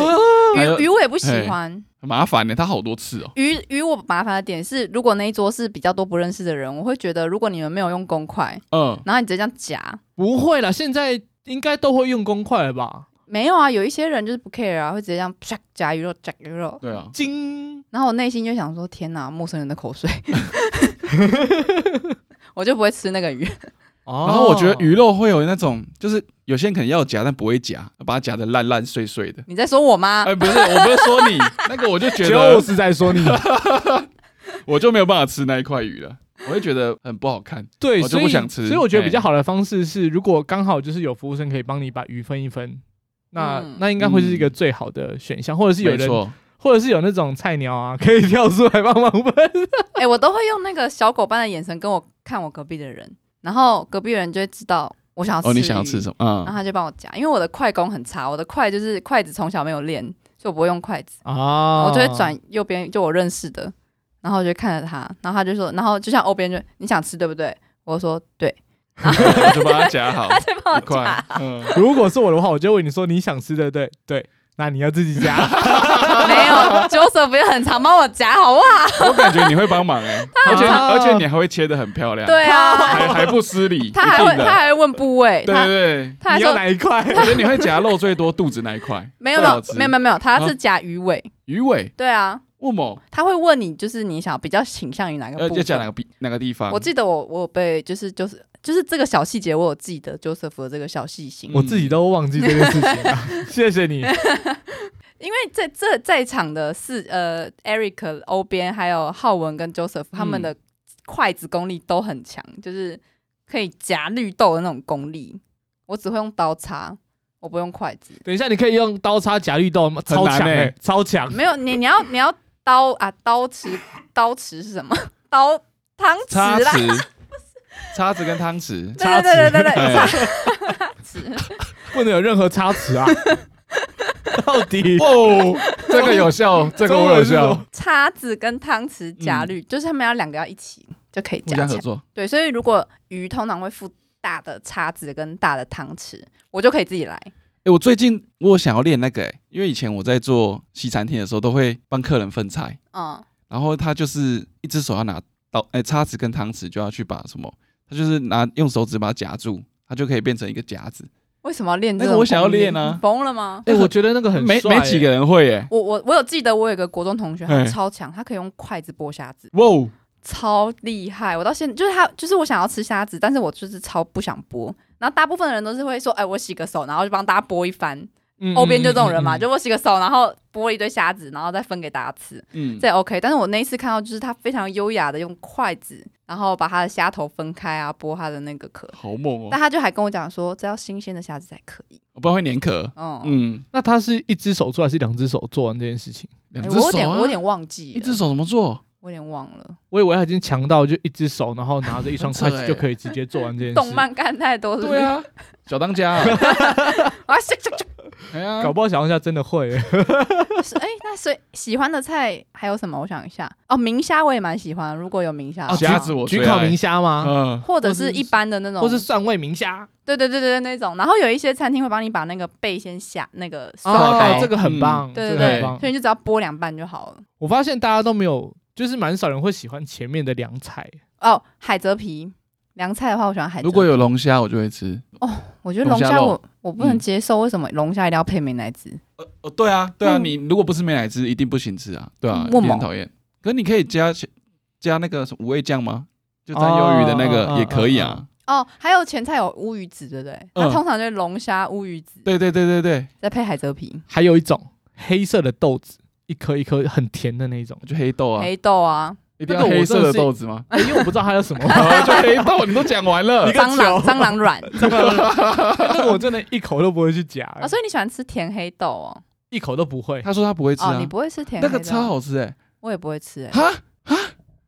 还有
鱼鱼我也不喜欢。
很麻烦呢、它好多次哦、
鱼鱼我麻烦的点是，如果那一桌是比较多不认识的人，我会觉得如果你们没有用公筷，
嗯，
然后你直接这样夹，
不会啦，现在应该都会用公筷了吧？
没有啊，有一些人就是不 care 啊，会直接这样啪夹鱼肉夹鱼肉，
对啊，
金
然后我内心就想说：天哪，陌生人的口水， [LAUGHS] 我就不会吃那个鱼。
哦
然后我觉得鱼肉会有那种，就是有些人可能要夹，但不会夹，把它夹的烂烂碎碎的。
你在说我吗
哎、？不是，我不是说你 [LAUGHS] 那个，我就觉
就
得
是在
[LAUGHS]
说你
我就没有办法吃那一块鱼了，我会觉得很不好看。
对，
我就
所以
不想吃
所以我觉得比较
哎
好的方式是，如果刚好就是有服务生可以帮你把鱼分一分，那、
嗯
那应该会是一个最好的选项，或者是有
没
人，
错，
或者是有那种菜鸟啊，可以跳出来帮忙分。
哎、我都会用那个小狗般的眼神跟我看我隔壁的人，然后隔壁的人就会知道我想要吃。
哦，你想要吃什
么？
么？嗯
然后他就帮我夹，因为我的快功很差，我的筷就是筷子从小没有练，所以我不会用筷子，
啊
我就
哦
会转右边，就我认识的，然后我就看着他，然后他就说，然后就像欧边就你想吃对不对？我就说对，
[LAUGHS] 我就把它夹
[LAUGHS]
好
他就帮我
一
夹
块。。嗯，
如果是我的话，我就问你说你想吃的，对对，那你要自己
[LAUGHS]
加。
没有，Joseph 不是很常帮我夹，好不好？
我感觉你会帮忙哎、
[LAUGHS]
而且
啊
而且你还会切的很漂亮，，
对啊，
还还不失礼，
[LAUGHS] 他还会
一定的
他还会问部位，
对
他
对
他还
你要
说
哪一块？
对，我觉得你会夹肉最多肚子那一块，
[LAUGHS] 没有
最
没
好
有
吃啊
没有没有没有，他是夹鱼尾，
鱼尾、
对啊，
雾某，
他会问你就是你想比较倾向于哪
要
个部
要夹呃哪
分。
个地哪个地方？
我记得我我有被就是就是就是这个小细节，我有记得 Joseph 的这个小细心，
我自己都忘记这件事情
[LAUGHS]
了，谢谢你。
因为在这在场的四呃 Eric 欧边还有浩文跟 Joseph 他
嗯
们的筷子功力都很强，就是可以夹绿豆的那种功力。我只会用刀叉，我不用筷子。
等一下，你可以用刀叉夹绿豆吗，
很
超
难
强
欸
欸超强。
没有你，你要你要刀啊，刀匙，刀匙是什么？ [LAUGHS] 刀汤
叉
匙啦。 [LAUGHS]
匙，叉子跟汤匙，
对对对对对对，
叉哎
叉 [LAUGHS] 匙。
不能有任何差池 [LAUGHS] 啊！到底
哦，这个有
[LAUGHS]
效，这个我有效，
叉子跟汤匙夹
嗯
绿，就是他们要两个要一起就可以
互
夹
相
起
合
来。
作，
对，所以如果鱼通常会附大的叉子跟大的汤匙，我就可以自己来。
哎、我最近我想要练那个、欸，因为以前我在做西餐厅的时候，都会帮客人分菜，
嗯，
然后他就是一只手要拿刀，哎、叉子跟汤匙就要去把什么，他就是拿用手指把它夹住，它就可以变成一个夹子。
为什么要练这
那
种？
个我想要练啊
你疯了吗？
哎、我觉得那个很
没
帅欸
没几个人会耶、
我我我有记得，我有一个国中同学，他
嘿
超强，他可以用筷子剥虾子。
哇哦，
超厉害！我到现就是他，就是我想要吃虾子，但是我就是超不想剥。然后大部分的人都是会说，哎、我洗个手，然后就帮大家剥一番。
嗯
欧边就这种人嘛，
嗯嗯
就我洗个手，然后剥一堆虾子，然后再分给大家吃，
嗯
这，也 OK。但是我那一次看到，就是他非常优雅的用筷子，然后把他的虾头分开啊，剥他的那个壳。
好猛哦、
但他就还跟我讲说，这要新鲜的虾子才可以。
我不知道会粘壳。
嗯，
嗯，
那他是一只手做还是两只手做完这件事情？
两
哎
只
我有
手、
点
啊，
我有点忘记
一
了
只，手怎么做？
我有点忘了。
我以为他已经强到就一只手，然后拿着一双筷
很扯欸
子就可以直接做完这件事。
动漫看太多是不是？
对，啊，小当家、啊， [LAUGHS]
啊，咻咻咻
哎呀，
搞不好小当家真的会、欸，
是哎、那所以喜欢的菜还有什么？我想一下哦，明虾我也蛮喜欢，如果有明虾的
哦
话，
虾子我最
焗
爱
烤明虾吗？
嗯，
或者是一般的那种，
或是蒜味明虾？
对对对对对那种。然后有一些餐厅会帮你把那个背先下那个刷
白
开，
哦哎这个很棒，
哦对
这
对
个很
对，
棒
所以你就只要剥两半就好了。
我发现大家都没有，就是蛮少人会喜欢前面的凉菜。
哦，海蜇皮凉菜的话，我喜欢海蜇皮。
如果有龙虾，我就会吃。
我觉得龙
龙虾
虾
肉
我我不能
嗯
接受，为什么龙虾一定要配美乃滋？
呃呃，对啊，对啊，
嗯
你如果不是美乃滋，一定不行吃啊，对啊，
嗯
一定
为什
很
么
讨厌。可你可以加加那个什么五味酱吗？就沾鱿鱼的那
哦
个也可以
哦哦
啊。
哦，还有前菜有乌鱼子，对不对？它
嗯
通常就是龙虾、乌鱼子，
对对对对对，
再配海蜇皮、
还有一种黑色的豆子，一颗一颗很甜的那种，
就黑豆啊，
黑
[LAUGHS]
豆啊、
一定
那
要
个我真
黑色
的
的
是？
豆子吗
欸因为我不知道它叫什么。 [LAUGHS]
啊就黑豆，你都讲完了
[LAUGHS]
一。个
蟑螂、
球
蟑
[LAUGHS]
螂卵
那个我真的一口都不会去 [LAUGHS] 夹、
啊，所以你喜欢吃甜黑豆哦？
一口都不会。
他说他不会吃
哦，
啊
你，不会吃甜
那
黑
个
的
超，好吃哎，
我也不会吃、
[LAUGHS]
欸。
哈哈，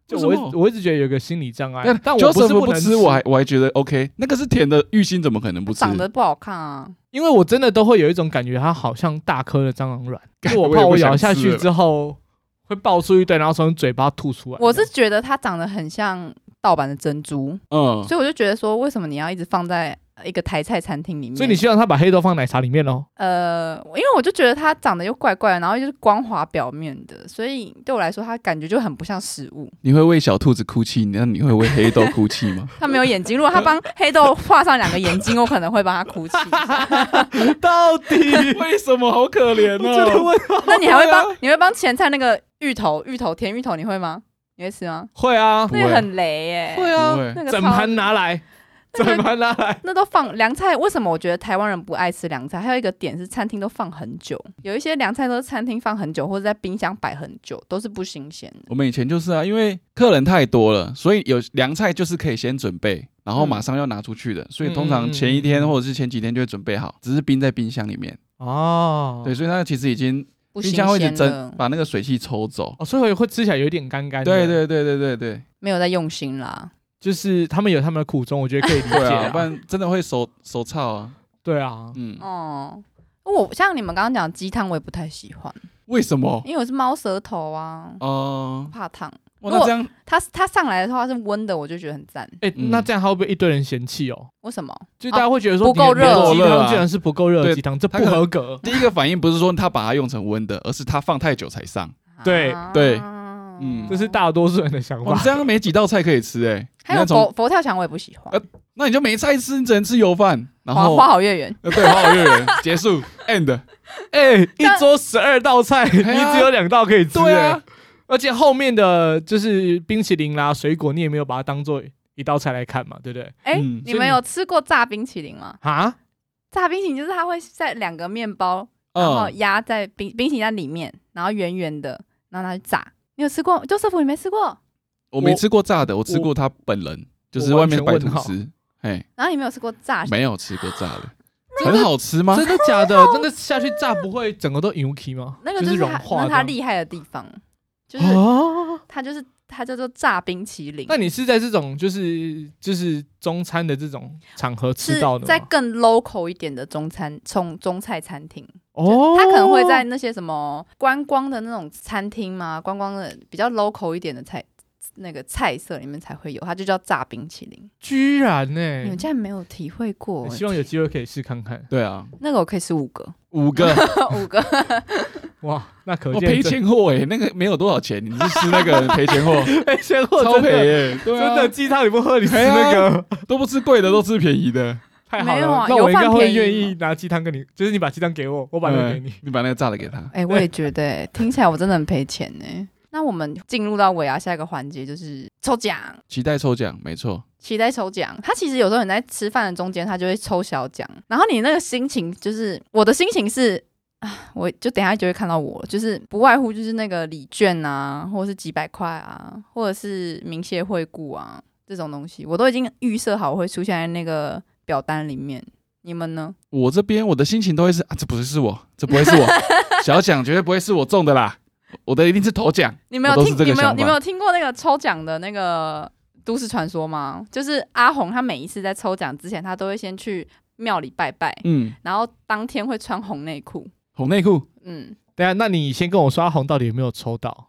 就
为
我一
什么
我一直觉得有个心理障碍
但，
哎但我
Joseph
是不能
吃，我还我还觉得 OK。那个是甜的，玉心怎么可能不吃？
长得不好看啊！
因为 [LAUGHS] 我真的都会有一种感觉，它好像大颗的蟑螂卵，
干
就我
我
怕
也不
我
想
咬下
吃
去
了
之后会爆出一堆，然后从嘴巴吐出来。
我是觉得它长得很像盗版的珍珠，
嗯，
所以我就觉得说，为什么你要一直放在呃一个台菜餐厅里面？
所以你希望他把黑豆放奶茶里面哦喽？
呃，因为我就觉得它长得又怪怪的，然后又是光滑表面的，所以对我来说，它感觉就很不像食物。
你会为小兔子哭泣，那你会为黑豆哭泣吗？
它没有眼睛，如果
[LAUGHS]
它帮黑豆画上两个眼睛，我可能会帮它哭泣。
到 [LAUGHS] 底
为什么好可怜
我真的
哦？
会
那你还会
对
帮？你会帮前菜那个芋头、芋头甜芋头，你会吗？你会吃吗？
会啊，
不会
那个很雷耶、
会
不
啊，
会
那个
整
超
盘拿来，
那
整
个
盘拿来。
那都放凉菜，为什么我觉得台湾人不爱吃凉菜？还有一个点是餐厅都放很久，有一些凉菜都是餐厅放很久，或者在冰箱摆很久，都是不新鲜的。
我们以前就是啊，因为客人太多了，所以有凉菜就是可以先准备，然后马上要拿出去的，所以通常前一天或者是前几天就会准备好，只是冰在冰箱里面。
[LAUGHS] 哦
对，所以它其实已经
不
冰
新
箱会一直
鲜
蒸，
了，
把那个水汽抽走。
哦，所以会吃起来有一点干干的。
对，对对对对对，
没有在用心啦。
就是他们有他们的苦衷，我觉得可以理
对
解
啊，
啊。
不然真的会手手操啊。
对啊，
嗯，
哦，我像你们刚刚讲鸡汤，我也不太喜欢，
为什么？
因为我是猫舌头啊，
哦、
怕烫。
哇，
如
那
果
这样
它它上来的话是温的，我就觉得很赞。
哎，
嗯
那这样他会不会一堆人嫌弃哦？
为什么？
就大家会觉得说
啊不够
你的
热
鸡
不够热啊
汤居然是不够热的
对
鸡汤，这
他
不
可能
合格。
第一个反应不是说他把它用成温的，而是他放太久才上。
对
啊
对嗯
这是大多数人的想
我们
法。
哦这样没几道菜可以吃哎、
[LAUGHS] 还
你
有
看从
佛佛跳墙，我也不喜欢
呃。那你就没菜吃，你只能吃油饭，然
花
后
花好月圆，
呃对花好月圆结束
[LAUGHS]
end。
哎、
这样
一桌十二道菜，你
哎呀
只有两道可以吃、
对啊
哎，而且后面的就是冰淇淋啦、水果，你也没有把它当做一道菜来看嘛，对不对？
哎、
嗯
你
所以
们
你
有吃过炸冰淇淋吗？
啊，
炸冰淇淋就是它会在两个面包，然后
嗯，
压在冰冰淇淋在里面，然后圆圆的，然后拿去炸。你有吃过？就师傅你没吃过，
我没吃过炸的，我吃过他本人，就是外面摆吐司，哎，
然后你没有吃过炸，
没有吃过炸的，很好吃吗？
啊真的假的？那个下去炸不会整个都 u k 吗？
那个
就是融
它，那
化
是它
这样
厉害的地方，
哦
就是
啊。
它就是它叫做炸冰淇淋
那，你是在这种就是就是中餐的这种场合吃
是
到的
在
吗？
更 local 一点的中餐中中菜餐厅。
哦
他可能会在那些什么观光的那种餐厅嘛，观光的比较 local 一点的菜，那个菜色里面才会有，它就叫炸冰淇淋。
居然呢、
你们竟然没有体会过，
嗯
欸
希望有机会可以试看看。
对啊，
那个我可以吃五
[LAUGHS]
个，
五个，
五 [LAUGHS] 个。
哇，那可
我
见
赔
这
钱货哎，那个没有多少钱，你是吃
[LAUGHS]
那个赔钱货，
赔钱货
超
真
赔
的
耶，
真
对
的
啊，
鸡汤你不喝你吃
哎呀
那个。
都不吃贵的，都吃便宜的，
太好
没有
了，
啊
那我应
油
该
饭
会
便宜
愿意拿鸡汤跟你，就是你把鸡汤给我，我把那个给你
[LAUGHS]
嗯。，你把那个炸的给他，
哎、我也觉得、哎听起来我真的很赔钱呢、那我们进入到尾牙下一个环节就是抽奖，
期待抽奖，没错，
期待抽奖。他其实有时候你在吃饭的中间，他就会抽小奖，然后你那个心情就是我的心情是。啊，我就等一下就会看到我了，就是不外乎就是那个礼券啊，或者是几百块啊，或者是明谢惠顾啊这种东西，我都已经预设好我会出现在那个表单里面。你们呢？
我这边我的心情都会是啊，这不是是我，这不会
[LAUGHS]
是我，小奖绝对不会是我中的啦，我的一定是头奖。
你们
我都
有
是
听
这个
你们
想
有
法
你们有听过那个抽奖的那个都市传说吗？就是阿红他每一次在抽奖之前，他都会先去庙里拜拜，
嗯，
然后当天会穿红内裤。
红内裤，
嗯，
等一下，那你先跟我说阿红到底有没有抽到？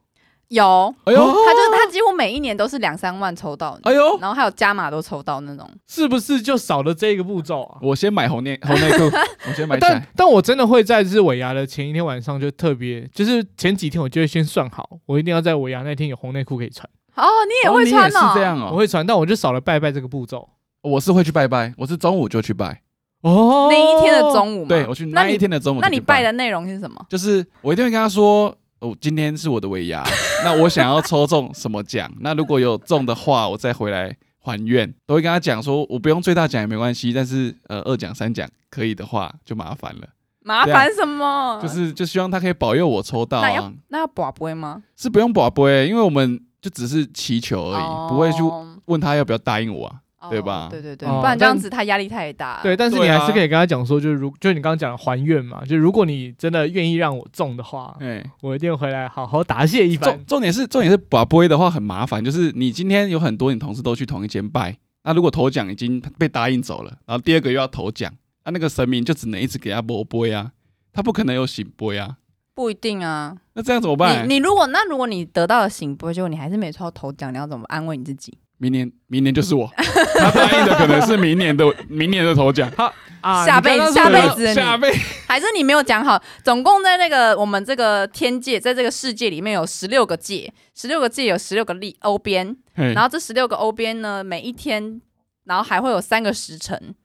有，
哎呦，
他就是他几乎每一年都是两三万抽到，
哎呦，
然后还有加码都抽到那种。
是不是就少了这个步骤啊？
我先买红内红内 [LAUGHS] 裤，我先买起
但
来。
但我真的会在日尾牙的前一天晚上就特别，就是前几天我就会先算好，我一定要在尾牙那天有红内裤可以穿，
哦，你也会穿
哦你也是这
哦？
样
我
哦。
会穿，但我就少了拜拜这个步骤。
我是会去拜拜，我是中午就去拜。
哦，
那一天的，中午嘛。
对，我去
那
那
你
一天的中午就
那
去。
你拜的内容是什么？
就是我一定会跟他说，哦，今天是我的尾 [LAUGHS] 牙，那我想要抽中什么奖？那如果有中的话，我再回来还愿。都会跟他讲说，我不用最大奖也没关系，但是呃，二奖三奖可以的话就麻烦了。
麻烦什么？
啊就是就希望他可以保佑我抽到
那要
啊，
那要卜杯吗？
是不用保杯，因为我们就只是祈求而
哦
已，不会去问他要不要答应我啊。
哦
对吧
对对对，
哦
不然这样子他压力太大。
对，，但是你
对啊
还是可以跟他讲说，就是如就你刚刚讲的还愿嘛，就如果你真的愿意让我中的话，
嗯
哎、
我一定回来好好答谢一番
重。重点是重点是把杯的话很麻烦，就是你今天有很多你同事都去同一间拜，那如果头奖已经被答应走了，然后第二个又要头奖，那那个神明就只能一直给他拨杯啊，他不可能有醒杯啊，
不一定啊。
那这样怎么办？
你你如果那如果你得到了醒波，结果你还是没抽到头奖，你要怎么安慰你自己？
明年明年就是我， [LAUGHS] 他答应的可能是明年的明年的头奖，啊
啊
下
你刚
辈
刚
下
说的
辈子的你
下辈
还是你没有讲好？总共在那个我们这个天界，在这个世界里面有十六个界，十六个界有十六个立欧边，
嘿
然后这十六个欧边呢，每一天，然后还会有三个时辰。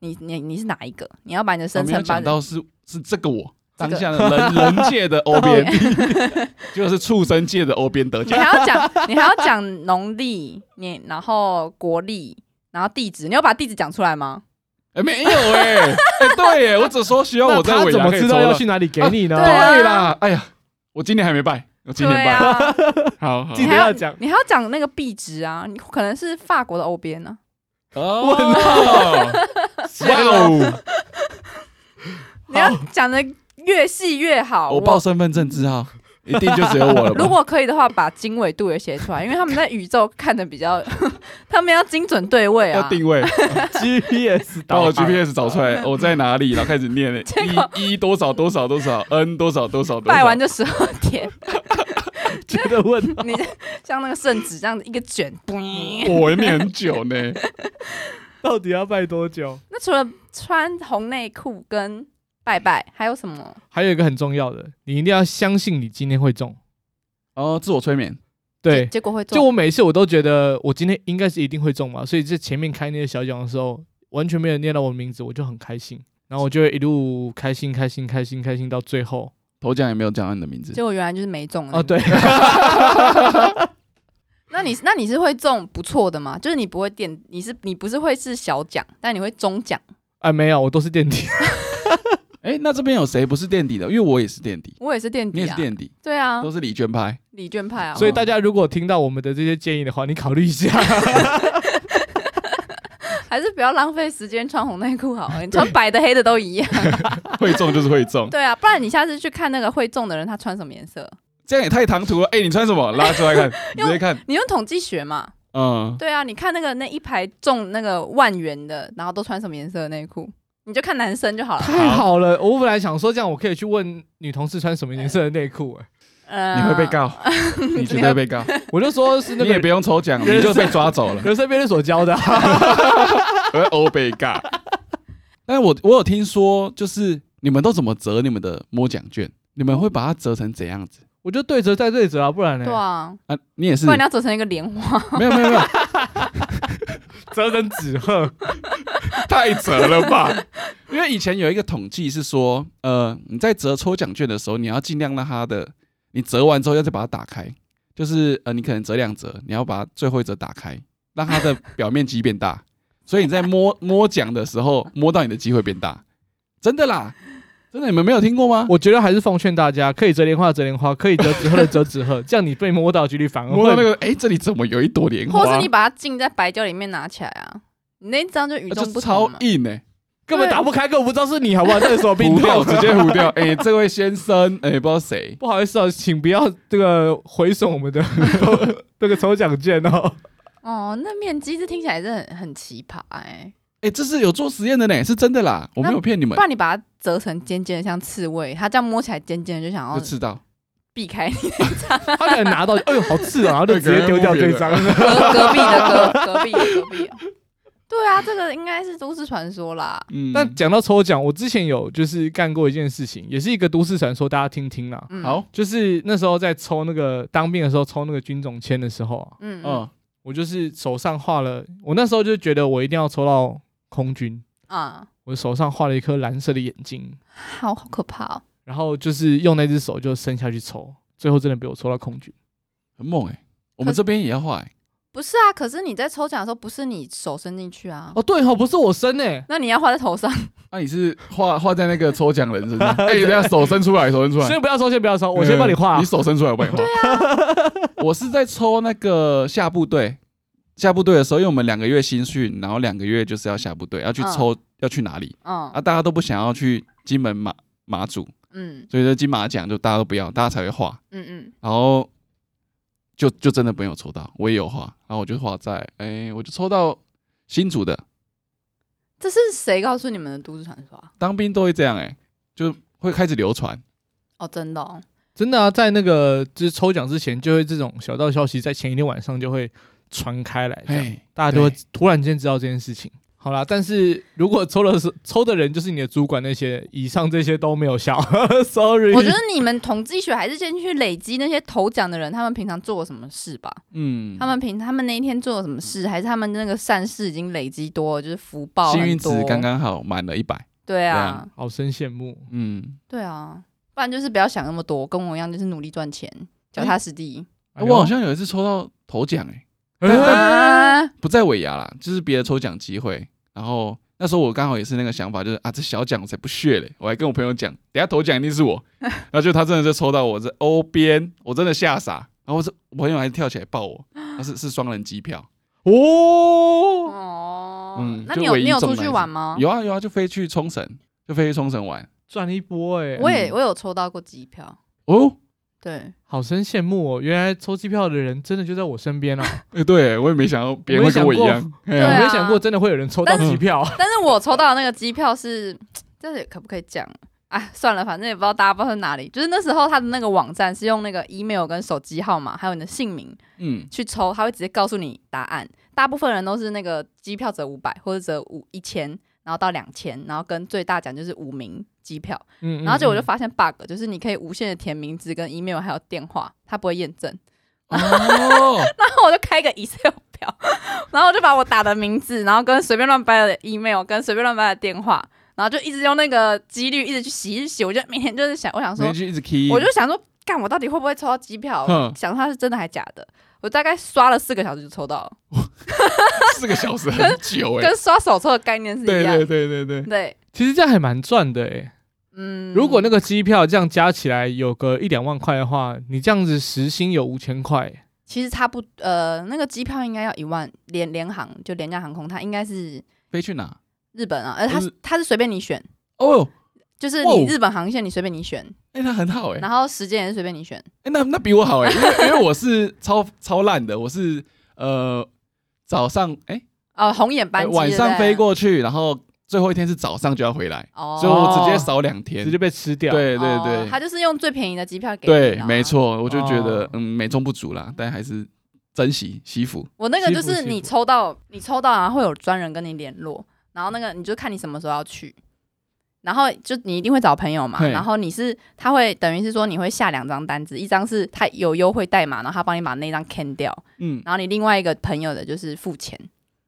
你你你是哪一个？你要把你的
我
生
没有
辰八
讲
字
到是是这个我
这
当
个哦
下的人人界
[LAUGHS]
的欧边， [LAUGHS] 就是畜生界的欧边得
你
奖。
还要讲，你 [LAUGHS] 还要讲农历年，然后国历，然后地址，你要把地址讲出来吗？
哎，没有哎，哎对耶，我只说希望
那
我在
他
尾
怎
牙
么
可以
知
抽
道要
到。
去哪里给
[LAUGHS]
你呢？
对啊
对啦，哎呀，我今年还没拜，我今年
对
拜，
啊，
[LAUGHS]
好好
记
你
得
还
要讲
你还要讲那个币值啊，你可能是法国的欧边呢、
哦，哇哦，
你要讲的越细越好。
哦我报身份证字号，一定就只有我了
如
吧？
果可以的话，把经纬度也写出来，因为他们在宇宙看的比较， [LAUGHS] 他们要精准对位
要
啊。
定位，
GPS
把
导
我
航
GPS 找出来，我在哪里，然后开始念一一多少多少多少，n 多少多少多
拜
少
完，就十二点，
[LAUGHS]
[LAUGHS]
觉得问
你像那个圣旨这样子一个卷。嘣
我念很久呢。
到底要拜多久？
那除了穿红内裤跟拜拜，还有什么？
还有一个很重要的，你一定要相信你今天会中。
哦，自我催眠，
对，
结果会
就
中。
我每一次我都觉得我今天应该是一定会中嘛，所以在前面开那些小奖的时候，完全没有念到我的名字，我就很开心，然后我就会一路开心开心开心开心到最后。
头奖也没有讲到你的名字
结，果原来就是没中
哦，对，
那你那你是会中不错的吗？就是你不会垫，你是你不是会是小奖，但你会中奖。
啊没有，我都是垫底。
哎，那这边有谁不是垫底的？因为我也是垫底，
我也是垫
你
底
也是
啊，
垫底，
对啊，
都是李娟拍。
礼券派啊。
所以大家如果听到我们的这些建议的话，你考虑一下。
还是不要浪费时间穿红内裤好了，你穿白的黑的都一样。
会中就是会 [LAUGHS] 中，
对啊，不然你下次去看那个会中的人他穿什么颜色，
这样也太唐突了。哎、你穿什么？拉出来看，你直接看。
你用统计学嘛？
嗯，
对啊，你看那个那一排中那个万元的，然后都穿什么颜色的内裤，你就看男生
[LAUGHS]
就好了。
太 [LAUGHS] 好了，我本来想说这样我可以去问女同事穿什么颜色的内裤、哎，
嗯
你会被，告，你绝对被告，
我就说是那
你也
个
不用抽奖，你就被抓
[LAUGHS]
走了，
人生辩论所教的、啊。
我会欧被尬。但我我有听说，就是你们都怎么折你们的摸奖券？你们会把它折成怎样子
我就对折再对折啊，不然呢？
对啊，
啊？你也是
不然你要折成一个莲花，
没有没有没有，
折成纸鹤，
太折了吧？因为以前有一个统计是说，呃，你在折抽奖券的时候，你要尽量让它的，你折完之后要再把它打开，就是呃，你可能折两折，你要把最后一折打开，让它的表面积变
[LAUGHS]
大，所以你在摸摸奖的时候，摸到你的机会变大，真的啦，真的你们没有听过
[LAUGHS]
吗？
我觉得还是奉劝大家，可以折莲花的折莲花，可以折纸鹤的折纸鹤，这样你被摸到的几率反而会
摸到那个，哎、这里怎么有一朵 [LAUGHS] 莲花？
或是你把它浸在白胶里面拿起来啊，你那张就与
啊
众
这
不
超
同嘛。
硬哎、
根本打不开，根本不知道是你，好不好？ [LAUGHS] 这是什么病
糊掉 [LAUGHS]
痛？
直接糊掉。哎、这位先生，哎、不知道谁，
不好意思哦，请不要这个毁损我们的 [LAUGHS] 这个抽奖券哦。
哦，那面积这听起来是很很奇葩哎、
哎、这是有做实验的呢，是真的啦，我没有骗你们
不，然你把它折成尖尖的，像刺猬，它这样摸起来尖尖的，就想要
就吃到。
避开
他可能拿到，哎呦，好刺啊，然后就直接丢掉这 [LAUGHS] 张。
[LAUGHS] 隔隔壁 [LAUGHS] 的隔隔壁的隔壁的。对啊，这个应该是都市传说啦。
嗯，
但讲到抽奖，我之前有就是干过一件事情，也是一个都市传说，大家听听啦。
嗯，
好，
就是那时候在抽那个当兵的时候抽那个军种签的时候啊，
嗯嗯
嗯，
我就是手上画了，我那时候就觉得我一定要抽到空军，
啊，
我手上画了一颗蓝色的眼睛，
好好可怕哦！
然后就是用那只手就伸下去抽，最后真的被我抽到空军。
很猛哎、我们这边也要画哎、
不是啊，可是你在抽奖的时候，不是你手伸进去啊，
哦，对哦，不是我伸诶、
那你要画在头上。
那、你是画画在那个抽奖人身上？哎、等一下手伸出来，手伸出来。
先不要抽，先不要抽，我先呃帮你画啊
嗯。你手伸出来，我帮你画。对啊， [LAUGHS] 我是在抽那个下部队，下部队的时候，因为我们两个月新训，然后两个月就是要下部队，要去抽、要去哪里 [LAUGHS]
嗯
啊？大家都不想要去金门马马祖，
嗯
所以说金马奖就大家都不要，大家才会画。
嗯嗯，
然后就就真的没有抽到，我也有画，然后我就画在，哎、我就抽到新竹的，
这是谁告诉你们的都市传说啊？
当兵都会这样、哎，就会开始流传，
哦，真的、哦，
真的啊，在那个就是抽奖之前，就会这种小道消息在前一天晚上就会传开
哎
来，这样
嘿，
大家都会
对
突然间知道这件事情。好啦，但是如果抽的是抽的人就是你的主管那些，以上这些都没有效 [LAUGHS] ，sorry。
我觉得你们统计学还是先去累积那些头奖的人，他们平常做了什么事吧？
嗯，
他们平他们那一天做了什么事，还是他们那个善事已经累积多了，就是福报
幸
很
运值
多。
刚刚好满了一百，
对
对
啊
啊，
好生羡慕。
嗯，
对啊，不然就是不要想那么多，跟我一样就是努力赚钱，脚踏实地。
哎呦哎
我好像有一次抽到头奖诶、哎
[LAUGHS]
啊
不在尾牙啦，就是别的抽奖机会。然后那时候我刚好也是那个想法，就是啊，这小奖我才不屑嘞！我还跟我朋友讲，等下头奖一定是
[LAUGHS]
我。然后就他真的就抽到我这欧边，我真的吓傻。然后我这我朋友还跳起来抱我，他是是双人机票，
哦，
哦，
嗯
那
就
你有
唯一
你有
中
出
的
去
还
玩
是
吗？
有啊有啊，就飞去冲绳，就飞去冲绳玩。
赚一波哎、
我也
嗯
我有抽到过机票，
哦， [LAUGHS]
对，
好生羡慕哦！原来抽机票的人真的就在我身边啊！
哎、对我也没想到别人
我
会
也
跟我一
想过
样，哎呀
对啊
我没想过真的会有人抽到机
[LAUGHS]
票，
但是我抽到的那个机票是，这也可不可以讲？哎，算了，反正也不知道大家不知道是哪里。就是那时候他的那个网站是用那个 email 跟手机号码，还有你的姓名
嗯，
去抽，他会直接告诉你答案。大部分人都是那个机票折五百或者折五一千，然后到两千，然后跟最大奖就是五名机票。
嗯
然后结果我就发现 bug，就是你可以无限的填名字跟 email 还有电话，它不会验证。
嗯
哦，
然后我就开一个 Excel 表，然后我就把我打的名字，然后跟随便乱掰的 email，跟随便乱掰的电话，然后就一直用那个几率一直去洗一直洗。我就每天就是想，我想说
你，就一直 key，
我就想说，干我到底会不会抽到机票？ [LAUGHS]
哼
想说它是真的还假的。我大概刷了四个小时就抽到了，
四个小时很久哎、
跟刷手抽的概念是一
对
样。
对对对对，
对
其实这样还蛮赚的哎、
嗯，
如果那个机票这样加起来有个一两万块的话，你这样子时薪有五千块，
其实差不呃，那个机票应该要一万，联联航就廉价航空，它应该是
飞去哪？
日本啊，呃，
不
它
是
是它是随便你选，
哦，
就是
哇哦
你日本航线你随便你选，
哎、他很好哎、
然后时间也是随便你选。
欸，那那比我好哎、因为因为我是超超烂的，我是呃早上哎、
哦，红眼班
呃
机
晚上飞，
对
过去，然后最后一天是早上就要回来，
不对哦，
所以我直接少两天。
直接被吃掉。，
对对
哦
对、
他就是用最便宜的机票给你
对，
啦
没。错，我就觉得、
哦
嗯美中不足啦，但还是珍惜惜福。
我那个就
欺负
是你
欺负
抽到，你抽到，然后会有专人跟你联络，然后那个你就看你什么时候要去，然后就你一定会找朋友嘛，
嘿
然后你是他会等于是说你会下两张单子，一张是他有优惠代码，然后他帮你把那张 can 掉，
嗯，
然后你另外一个朋友的就是付钱，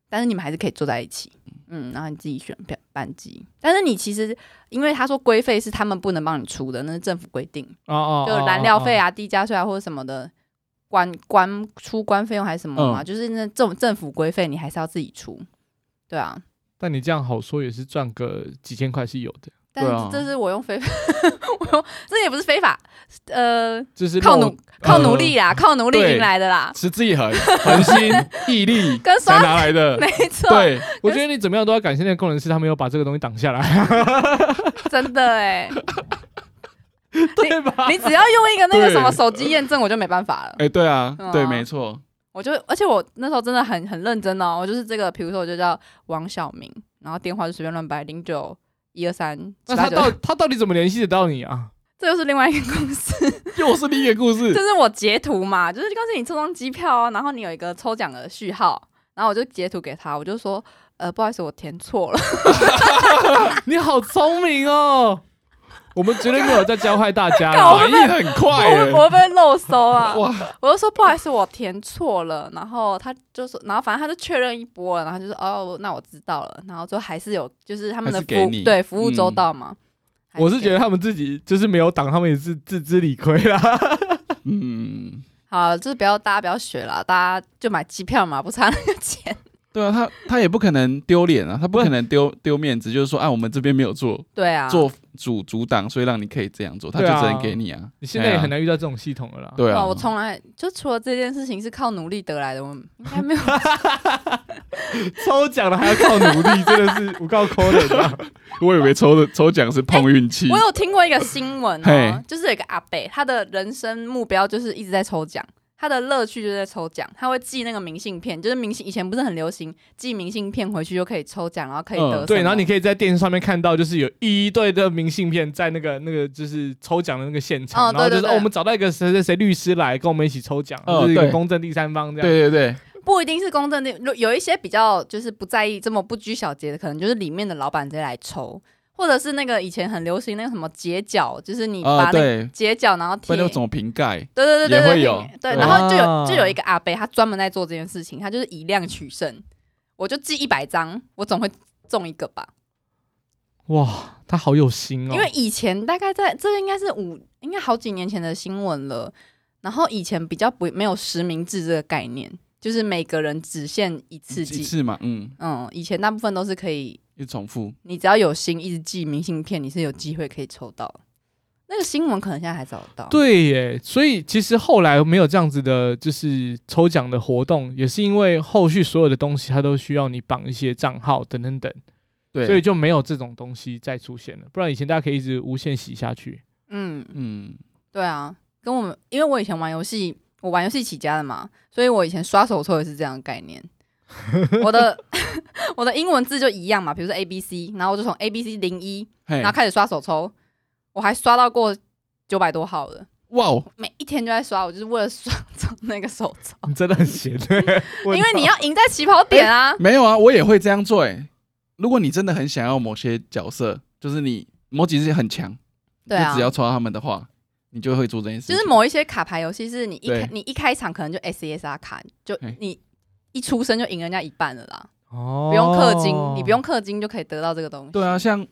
但是你们还是可以坐在一起，嗯，然后你自己选票班机，但是你其实因为他说规费是他们不能帮你出的，那是政府规定，
哦哦，
就燃料费
啊，
啊、地价税啊或者什么的，关关出关费用还是什么嘛，
嗯
就是那政政府规费你还是要自己出，对啊。
但你这样好说也是赚个几千块是有的，
但
对啊
是这是我用非法， [LAUGHS] 我用这也不是非法，呃，
就是
靠
让我
努靠
呃
努力啦，靠努力
对
赢来的啦，
持之以恒、恒心、毅力
[LAUGHS] 跟
才
刷
拿来的。
没错，
对，
我觉得你怎么样都要感谢那个工程师，他没有把这个东西挡下来，啊
真的哎、
对吧？ [LAUGHS]
你只要用一个那个
对
什么手机验证，我就没办法了。
哎、对
[LAUGHS]
啊，
嗯啊
对，没错。
我就，而且我那时候真的很很认真哦，我就是这个，比如说我就叫王小明，然后电话就随便乱掰零九一二三，
那他
18
到他到底怎么联系得到你 [LAUGHS] 啊？
这又是另外一个公司，
又是另一个故事
[LAUGHS] 就。是我截图嘛，就是告诉你抽张机票哦，然后你有一个抽奖的序号，然后我就截图给他，我就说，呃，不好意思，我填错了，
你好聪明哦！我们绝对没有在教坏大家
搞
啦，
反应很快、
我会
欸，
不会被漏搜
[LAUGHS]
啊？
哇，
我就说不好意思，我填错了，然后他就说，然后反正他就确认一波了，然后就说哦，那我知道了，然后就还是有，就是他们的
还是
服
给你嗯
对服务周到嘛。还
我是
给
觉得他们自己就是没有挡，他们也是自知理亏啦。 [LAUGHS]
嗯。
好，就是不要大家不要学了，大家就买机票嘛，不差那个钱。
对啊，他他也不可能丢脸啊，他不可能丢丢面子，就是说啊，我们这边没有做
对啊，
做主阻挡，所以让你可以这样做，他就
对啊
只能给你啊。
你现在也很
难
难遇到这种系统了啦。
对
哇
啊，
哦我从来就除了这件事情是靠努力得来的，我应该没有。
抽奖的还要靠努力，真的是我靠抠的你知
[LAUGHS]
道吗。
我以为抽的抽奖是碰运气
哎我有听过一个新闻
嗯嘿
哦，就是有一个阿伯，他的人生目标就是一直在抽奖，他的乐趣就在抽奖，他会寄那个明信片，就是明信以前不是很流行寄明信片回去就可以抽奖，然后可以
嗯
得什么、
呃对，然后你可以在电视上面看到，就是有一对的明信片在那个那个就是抽奖的那个现场，
哦
然后就是
对
哦
对对
我们找到一个谁谁谁律师来跟我们一起抽奖，
哦
就是一个
对
公正第三方这样。
[LAUGHS] 对对对，
不一定是公正的，有有一些比较就是不在意这么不拘小节的，可能就是里面的老板直接来抽，或者是那个以前很流行那个什么截角，就是你
啊
把那个
对，
截角然后贴
不然那种瓶盖，
对对对对
也
对，
会有
对，
对
然后就
啊
有就有一个阿伯，他专门在做这件事情，他就是以量取胜。我就寄一百张，我总会中一个吧。
哇，他好有心哦，
因为以前大概在这个应该是五，应该好几年前的新闻了。然后以前比较不没有实名制这个概念，就是每个人只限一次
一
寄。
次嘛，嗯，
嗯，以前大部分都是可以，
一直重复，
你只要有心一直寄明信片，你是有机会可以抽到。那个新闻可能现在还找得到。
对耶，所以其实后来没有这样子的，就是抽奖的活动，也是因为后续所有的东西它都需要你绑一些账号等等等，
对，
所以就没有这种东西再出现了。不然以前大家可以一直无限洗下去。
嗯，
嗯，
对啊，跟我们，因为我以前玩游戏，我玩游戏起家的嘛，所以我以前刷手抽也是这样的概
[LAUGHS]
念。我的 [LAUGHS] 我的英文字就一样嘛，比如说 A B C，然后我就从 A B C 零一，
嘿
然，后开始刷手抽，我还刷到过九百多号了，
哇哦，
每一天就在刷，我就是为了刷中那个手抽，
你真的很闲，对，因
[LAUGHS] 因为你要赢在起跑点啊。
没有啊，我也会这样做、欸。如果你真的很想要某些角色，就是你某几只很强，
对啊
就只要抽到他们的话，你就会做这件事情。
就是某一些卡牌游戏，是你一开
对
你一开场可能就 S E S R 卡，就
嘿
你一出生就赢人家一半了啦，
哦
[LAUGHS] 不用氪金，你不用氪金就可以得到这个东西。
对啊，像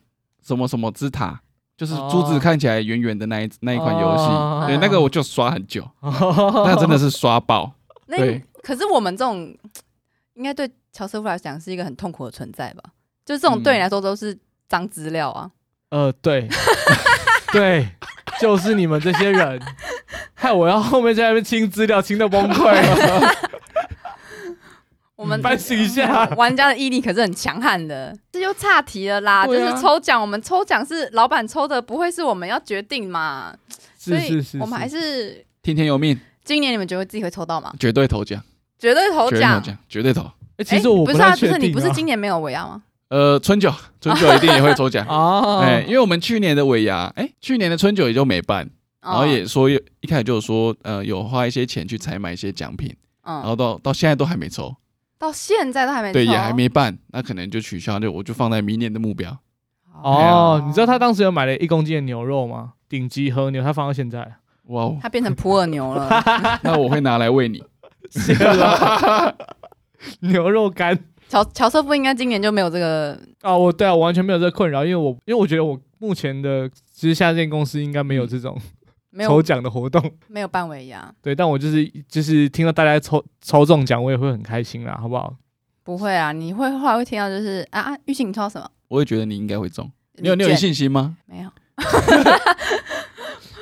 什么什么之塔，就是
哦
珠子看起来圆圆的那一那一款游戏，
哦
对，那个我就刷很久，
哦，
那真的是刷爆。
那
对
可是我们这种，应该对乔瑟夫来讲是一个很痛苦的存在吧？就是这种
嗯
对你来说都是脏资料啊。
呃，对， [LAUGHS] 对，就是你们这些人，害我要后面在那边清资料，清到崩溃
[LAUGHS]
了。
我们
嗯反省一下
[LAUGHS] 玩家的毅力可是很强悍的。这就岔题了啦，就
对啊
是抽奖，我们抽奖是老板抽的，不会是我们要决定嘛？
是是是，
所以我们还是
听天由命，
今年你们觉得自己会抽到吗？
绝对投奖，
绝对投
绝对投
奖。
奖，绝对投。
诶，
哎
其实我
不是
太
啊，不
确定、
是
啊
你不是今年没有尾牙吗？
呃，春酒，春酒一定也会抽奖。
哦，
哎、因为我们去年的尾牙，哎、去年的春酒也就没办，然后
哦
也说一开始就有说，呃，有花一些钱去采买一些奖品，然
哦
嗯，
后到到现在都还没抽，
到现在都还没
对，
抽
也还没办，那可能就取消，就我就放在明年的目标。
哦，你知道他当时有买了一公斤的牛肉吗？顶级和牛，他放到现在， [LAUGHS]
哇
[LAUGHS]
哦，
他变成普洱牛了。
那我会拿来喂你。
谢了牛肉干
乔乔瑟夫应该今年就没有这个
啊！我对啊，我完全没有这个困扰，因为我因为我觉得我目前的其实下这间公司应该没有这种
没
抽
有
奖的活动， [LAUGHS]
没有办尾牙，
对，但我就是就是听到大家抽抽中奖，我也会很开心啦，好不
[LAUGHS]
好？
不会啊，你会后来会听到就是啊啊，玉琴你抽到什么？
我也觉得你应该会中。你有你有
卷
信心吗？
没有？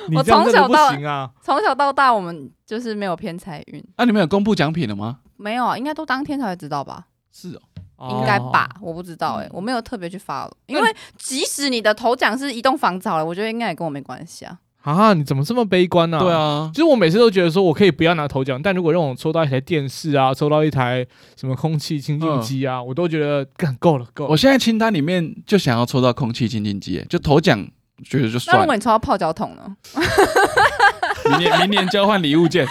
你
我
这样真
从
的
小
不
到
行啊！
从小到大我们就是没有偏财运，
啊，你们有公布奖品了吗？
没有啊，应该都当天才会知道吧？
是哦，
哦
[LAUGHS] 应该吧，我不知道哎、
嗯
我没有特别去发了，因为即使你的头奖是一栋房子好了，我觉得应该也跟我没关系啊。
啊！你怎么这么悲观呢、
对。啊
其，实我每次都觉得说，我可以不要拿头奖，但如果让我抽到一台电视啊，抽到一台什么空气清净机啊，我都觉得干够了，够了
我。现在清单里面就想要抽到空气清净机，就头奖觉得就
那
算
如果
了，
你抽到泡脚桶呢？
明年明年交换礼物
[LAUGHS]
券，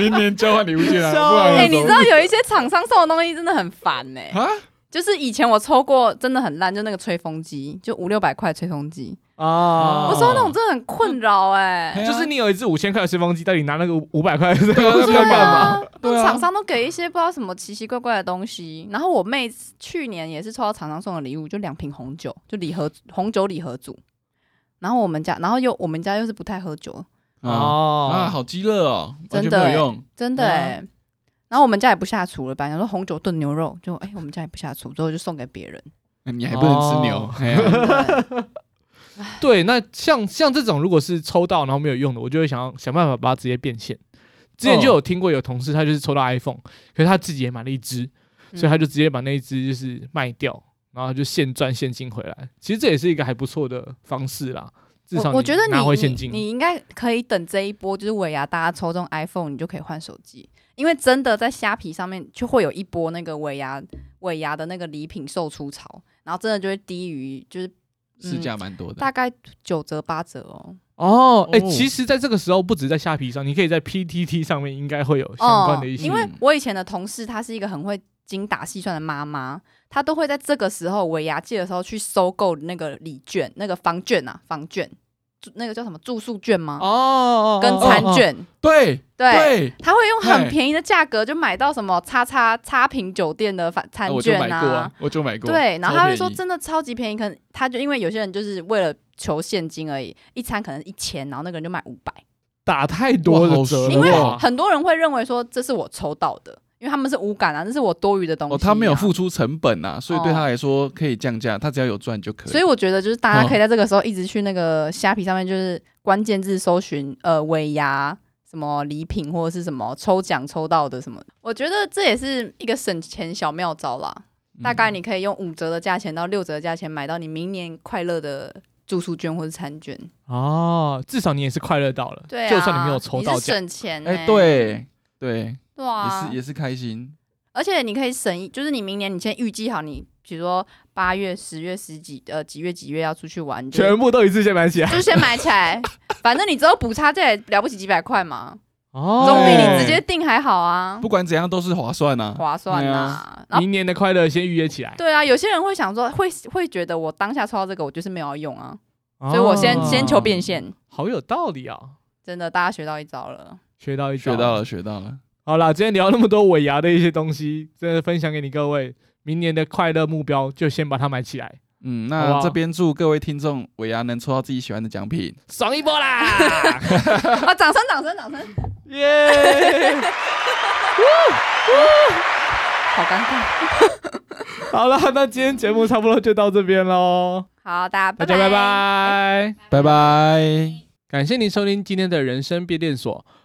明年交换礼物券啊，
笑
不然
泡脚桶
要
哎、你知
怎
道有一些厂商送的东西真的很烦呢、
么啊？
就是以前我抽过真的很烂，就那个吹风机，就五六百块吹风机，
啊！
我
说
抽那种真的很
嗯
困扰哎、
嘿
就是你有一支五千块的吹风机，但你拿那个五百块的吹风机
对
干嘛？
啊，
对
那
啊
厂商都给一些不知道什么奇奇怪怪的东西。然后我妹去年也是抽到厂商送的礼物，就两瓶红酒，就礼盒红酒礼盒组。然后我们家，然后又我们家又是不太喝酒，
啊啊，
哦，
好饥饿哦，完全
真的
没
欸
有用。
真的
对啊
哎、然后我们家也不下厨了，本来想说红酒炖牛肉，就哎、我们家也不下厨，最后就送给别人。
你还不能吃牛，
哦
哎呀 [LAUGHS]
对
对，那像像这种如果是抽到然后没有用的，我就会想要想办法把它直接变现。之前就有听过有同事他就是抽到 iPhone，可是他自己也买了一只，
嗯
所以他就直接把那一只就是卖掉，然后就现赚现金回来。其实这也是一个还不错的方式啦，至少
我我觉得
拿回现
你你
金。
你应该可以等这一波，就是尾牙大家抽中 iPhone，你就可以换手机，因为真的在虾皮上面就会有一波那个尾牙尾牙的那个礼品售出潮，然后真的就会低于就是
市价蛮多的
大。概九折八折哦。
哦，哎、
哦
其实在这个时候，不止在虾皮上，你可以在 PTT 上面应该会有相关
哦，
的一些。
因为我以前的同事，她是一个很会精打细算的妈妈，她都会在这个时候尾牙季的时候去收购那个礼券、那个房券啊，房券，住那个叫什么住宿券吗？
哦哦，哦
跟餐，
哦哦
券，
对
对。
对，
他会用
嘿
很便宜的价格就买到什么叉叉差评酒店的饭餐
啊我就
券
买过啊，我就买过。
对，然
超
后他会
便
说
宜
真的超级便宜，可能他就因为有些人就是为了求现金而已，一餐可能一千，然后那个人就买五百，
打太多
哇好
的折
因
啊
了
为
吧，
很多人会认为说这是我抽到的，因为他们是无感啊，这是我多余的东西、
哦，他没有。付出成本呐，所以对他来说可以降价，他只要有赚就可以。
所以我觉得就是大家
哦
可以在这个时候一直去那个虾皮上面，就是关键字搜寻呃尾牙什么礼品或者是什么抽奖抽到的什么，我觉得这也是一个省钱小妙招啦。
嗯
大概你可以用五折的价钱到六折的价钱买到你明年快乐的住宿券或是餐券。
哦，至少你也是快乐到了，
对、啊，
就算你没有抽到
你是
奖，
省钱、欸。
哎，，对对，
对
也
啊
是，也是开心。
而且你可以省一，就是你明年你先预计好你，比如说八月、十月、十几呃几月几月要出去玩，你就
全部都一次先买起来，
就先买起
[LAUGHS]
来，反正你之后补差价也了不起几百块嘛，
哦，
总比你直接订还好啊，
不管怎样都是划算呐。
划算
对
呐、
啊
然后
明年的快乐先预约起来，
哦对啊，有些人会想说，会会觉得我当下抽到这个，我就是没有要用啊，
所
所以我先、
哦
先求变现。
好有道理啊，
真的，大家学到一招了。
学到一招
学到了，学到了。
好啦，今天聊那么多尾牙的一些东西，真的分享给你各位。明年的快乐目标就先把它买起来，
嗯，
好不好
那这边祝各位听众尾牙能抽到自己喜欢的奖品。
爽一波啦！ [LAUGHS]
啊，掌声，掌声，掌声，
耶！
好尴尬。
好啦，那今天节目差不多就到这边喽，
好，
大
大家拜
家拜拜。
拜拜。
感谢您收听今天的人生变电所，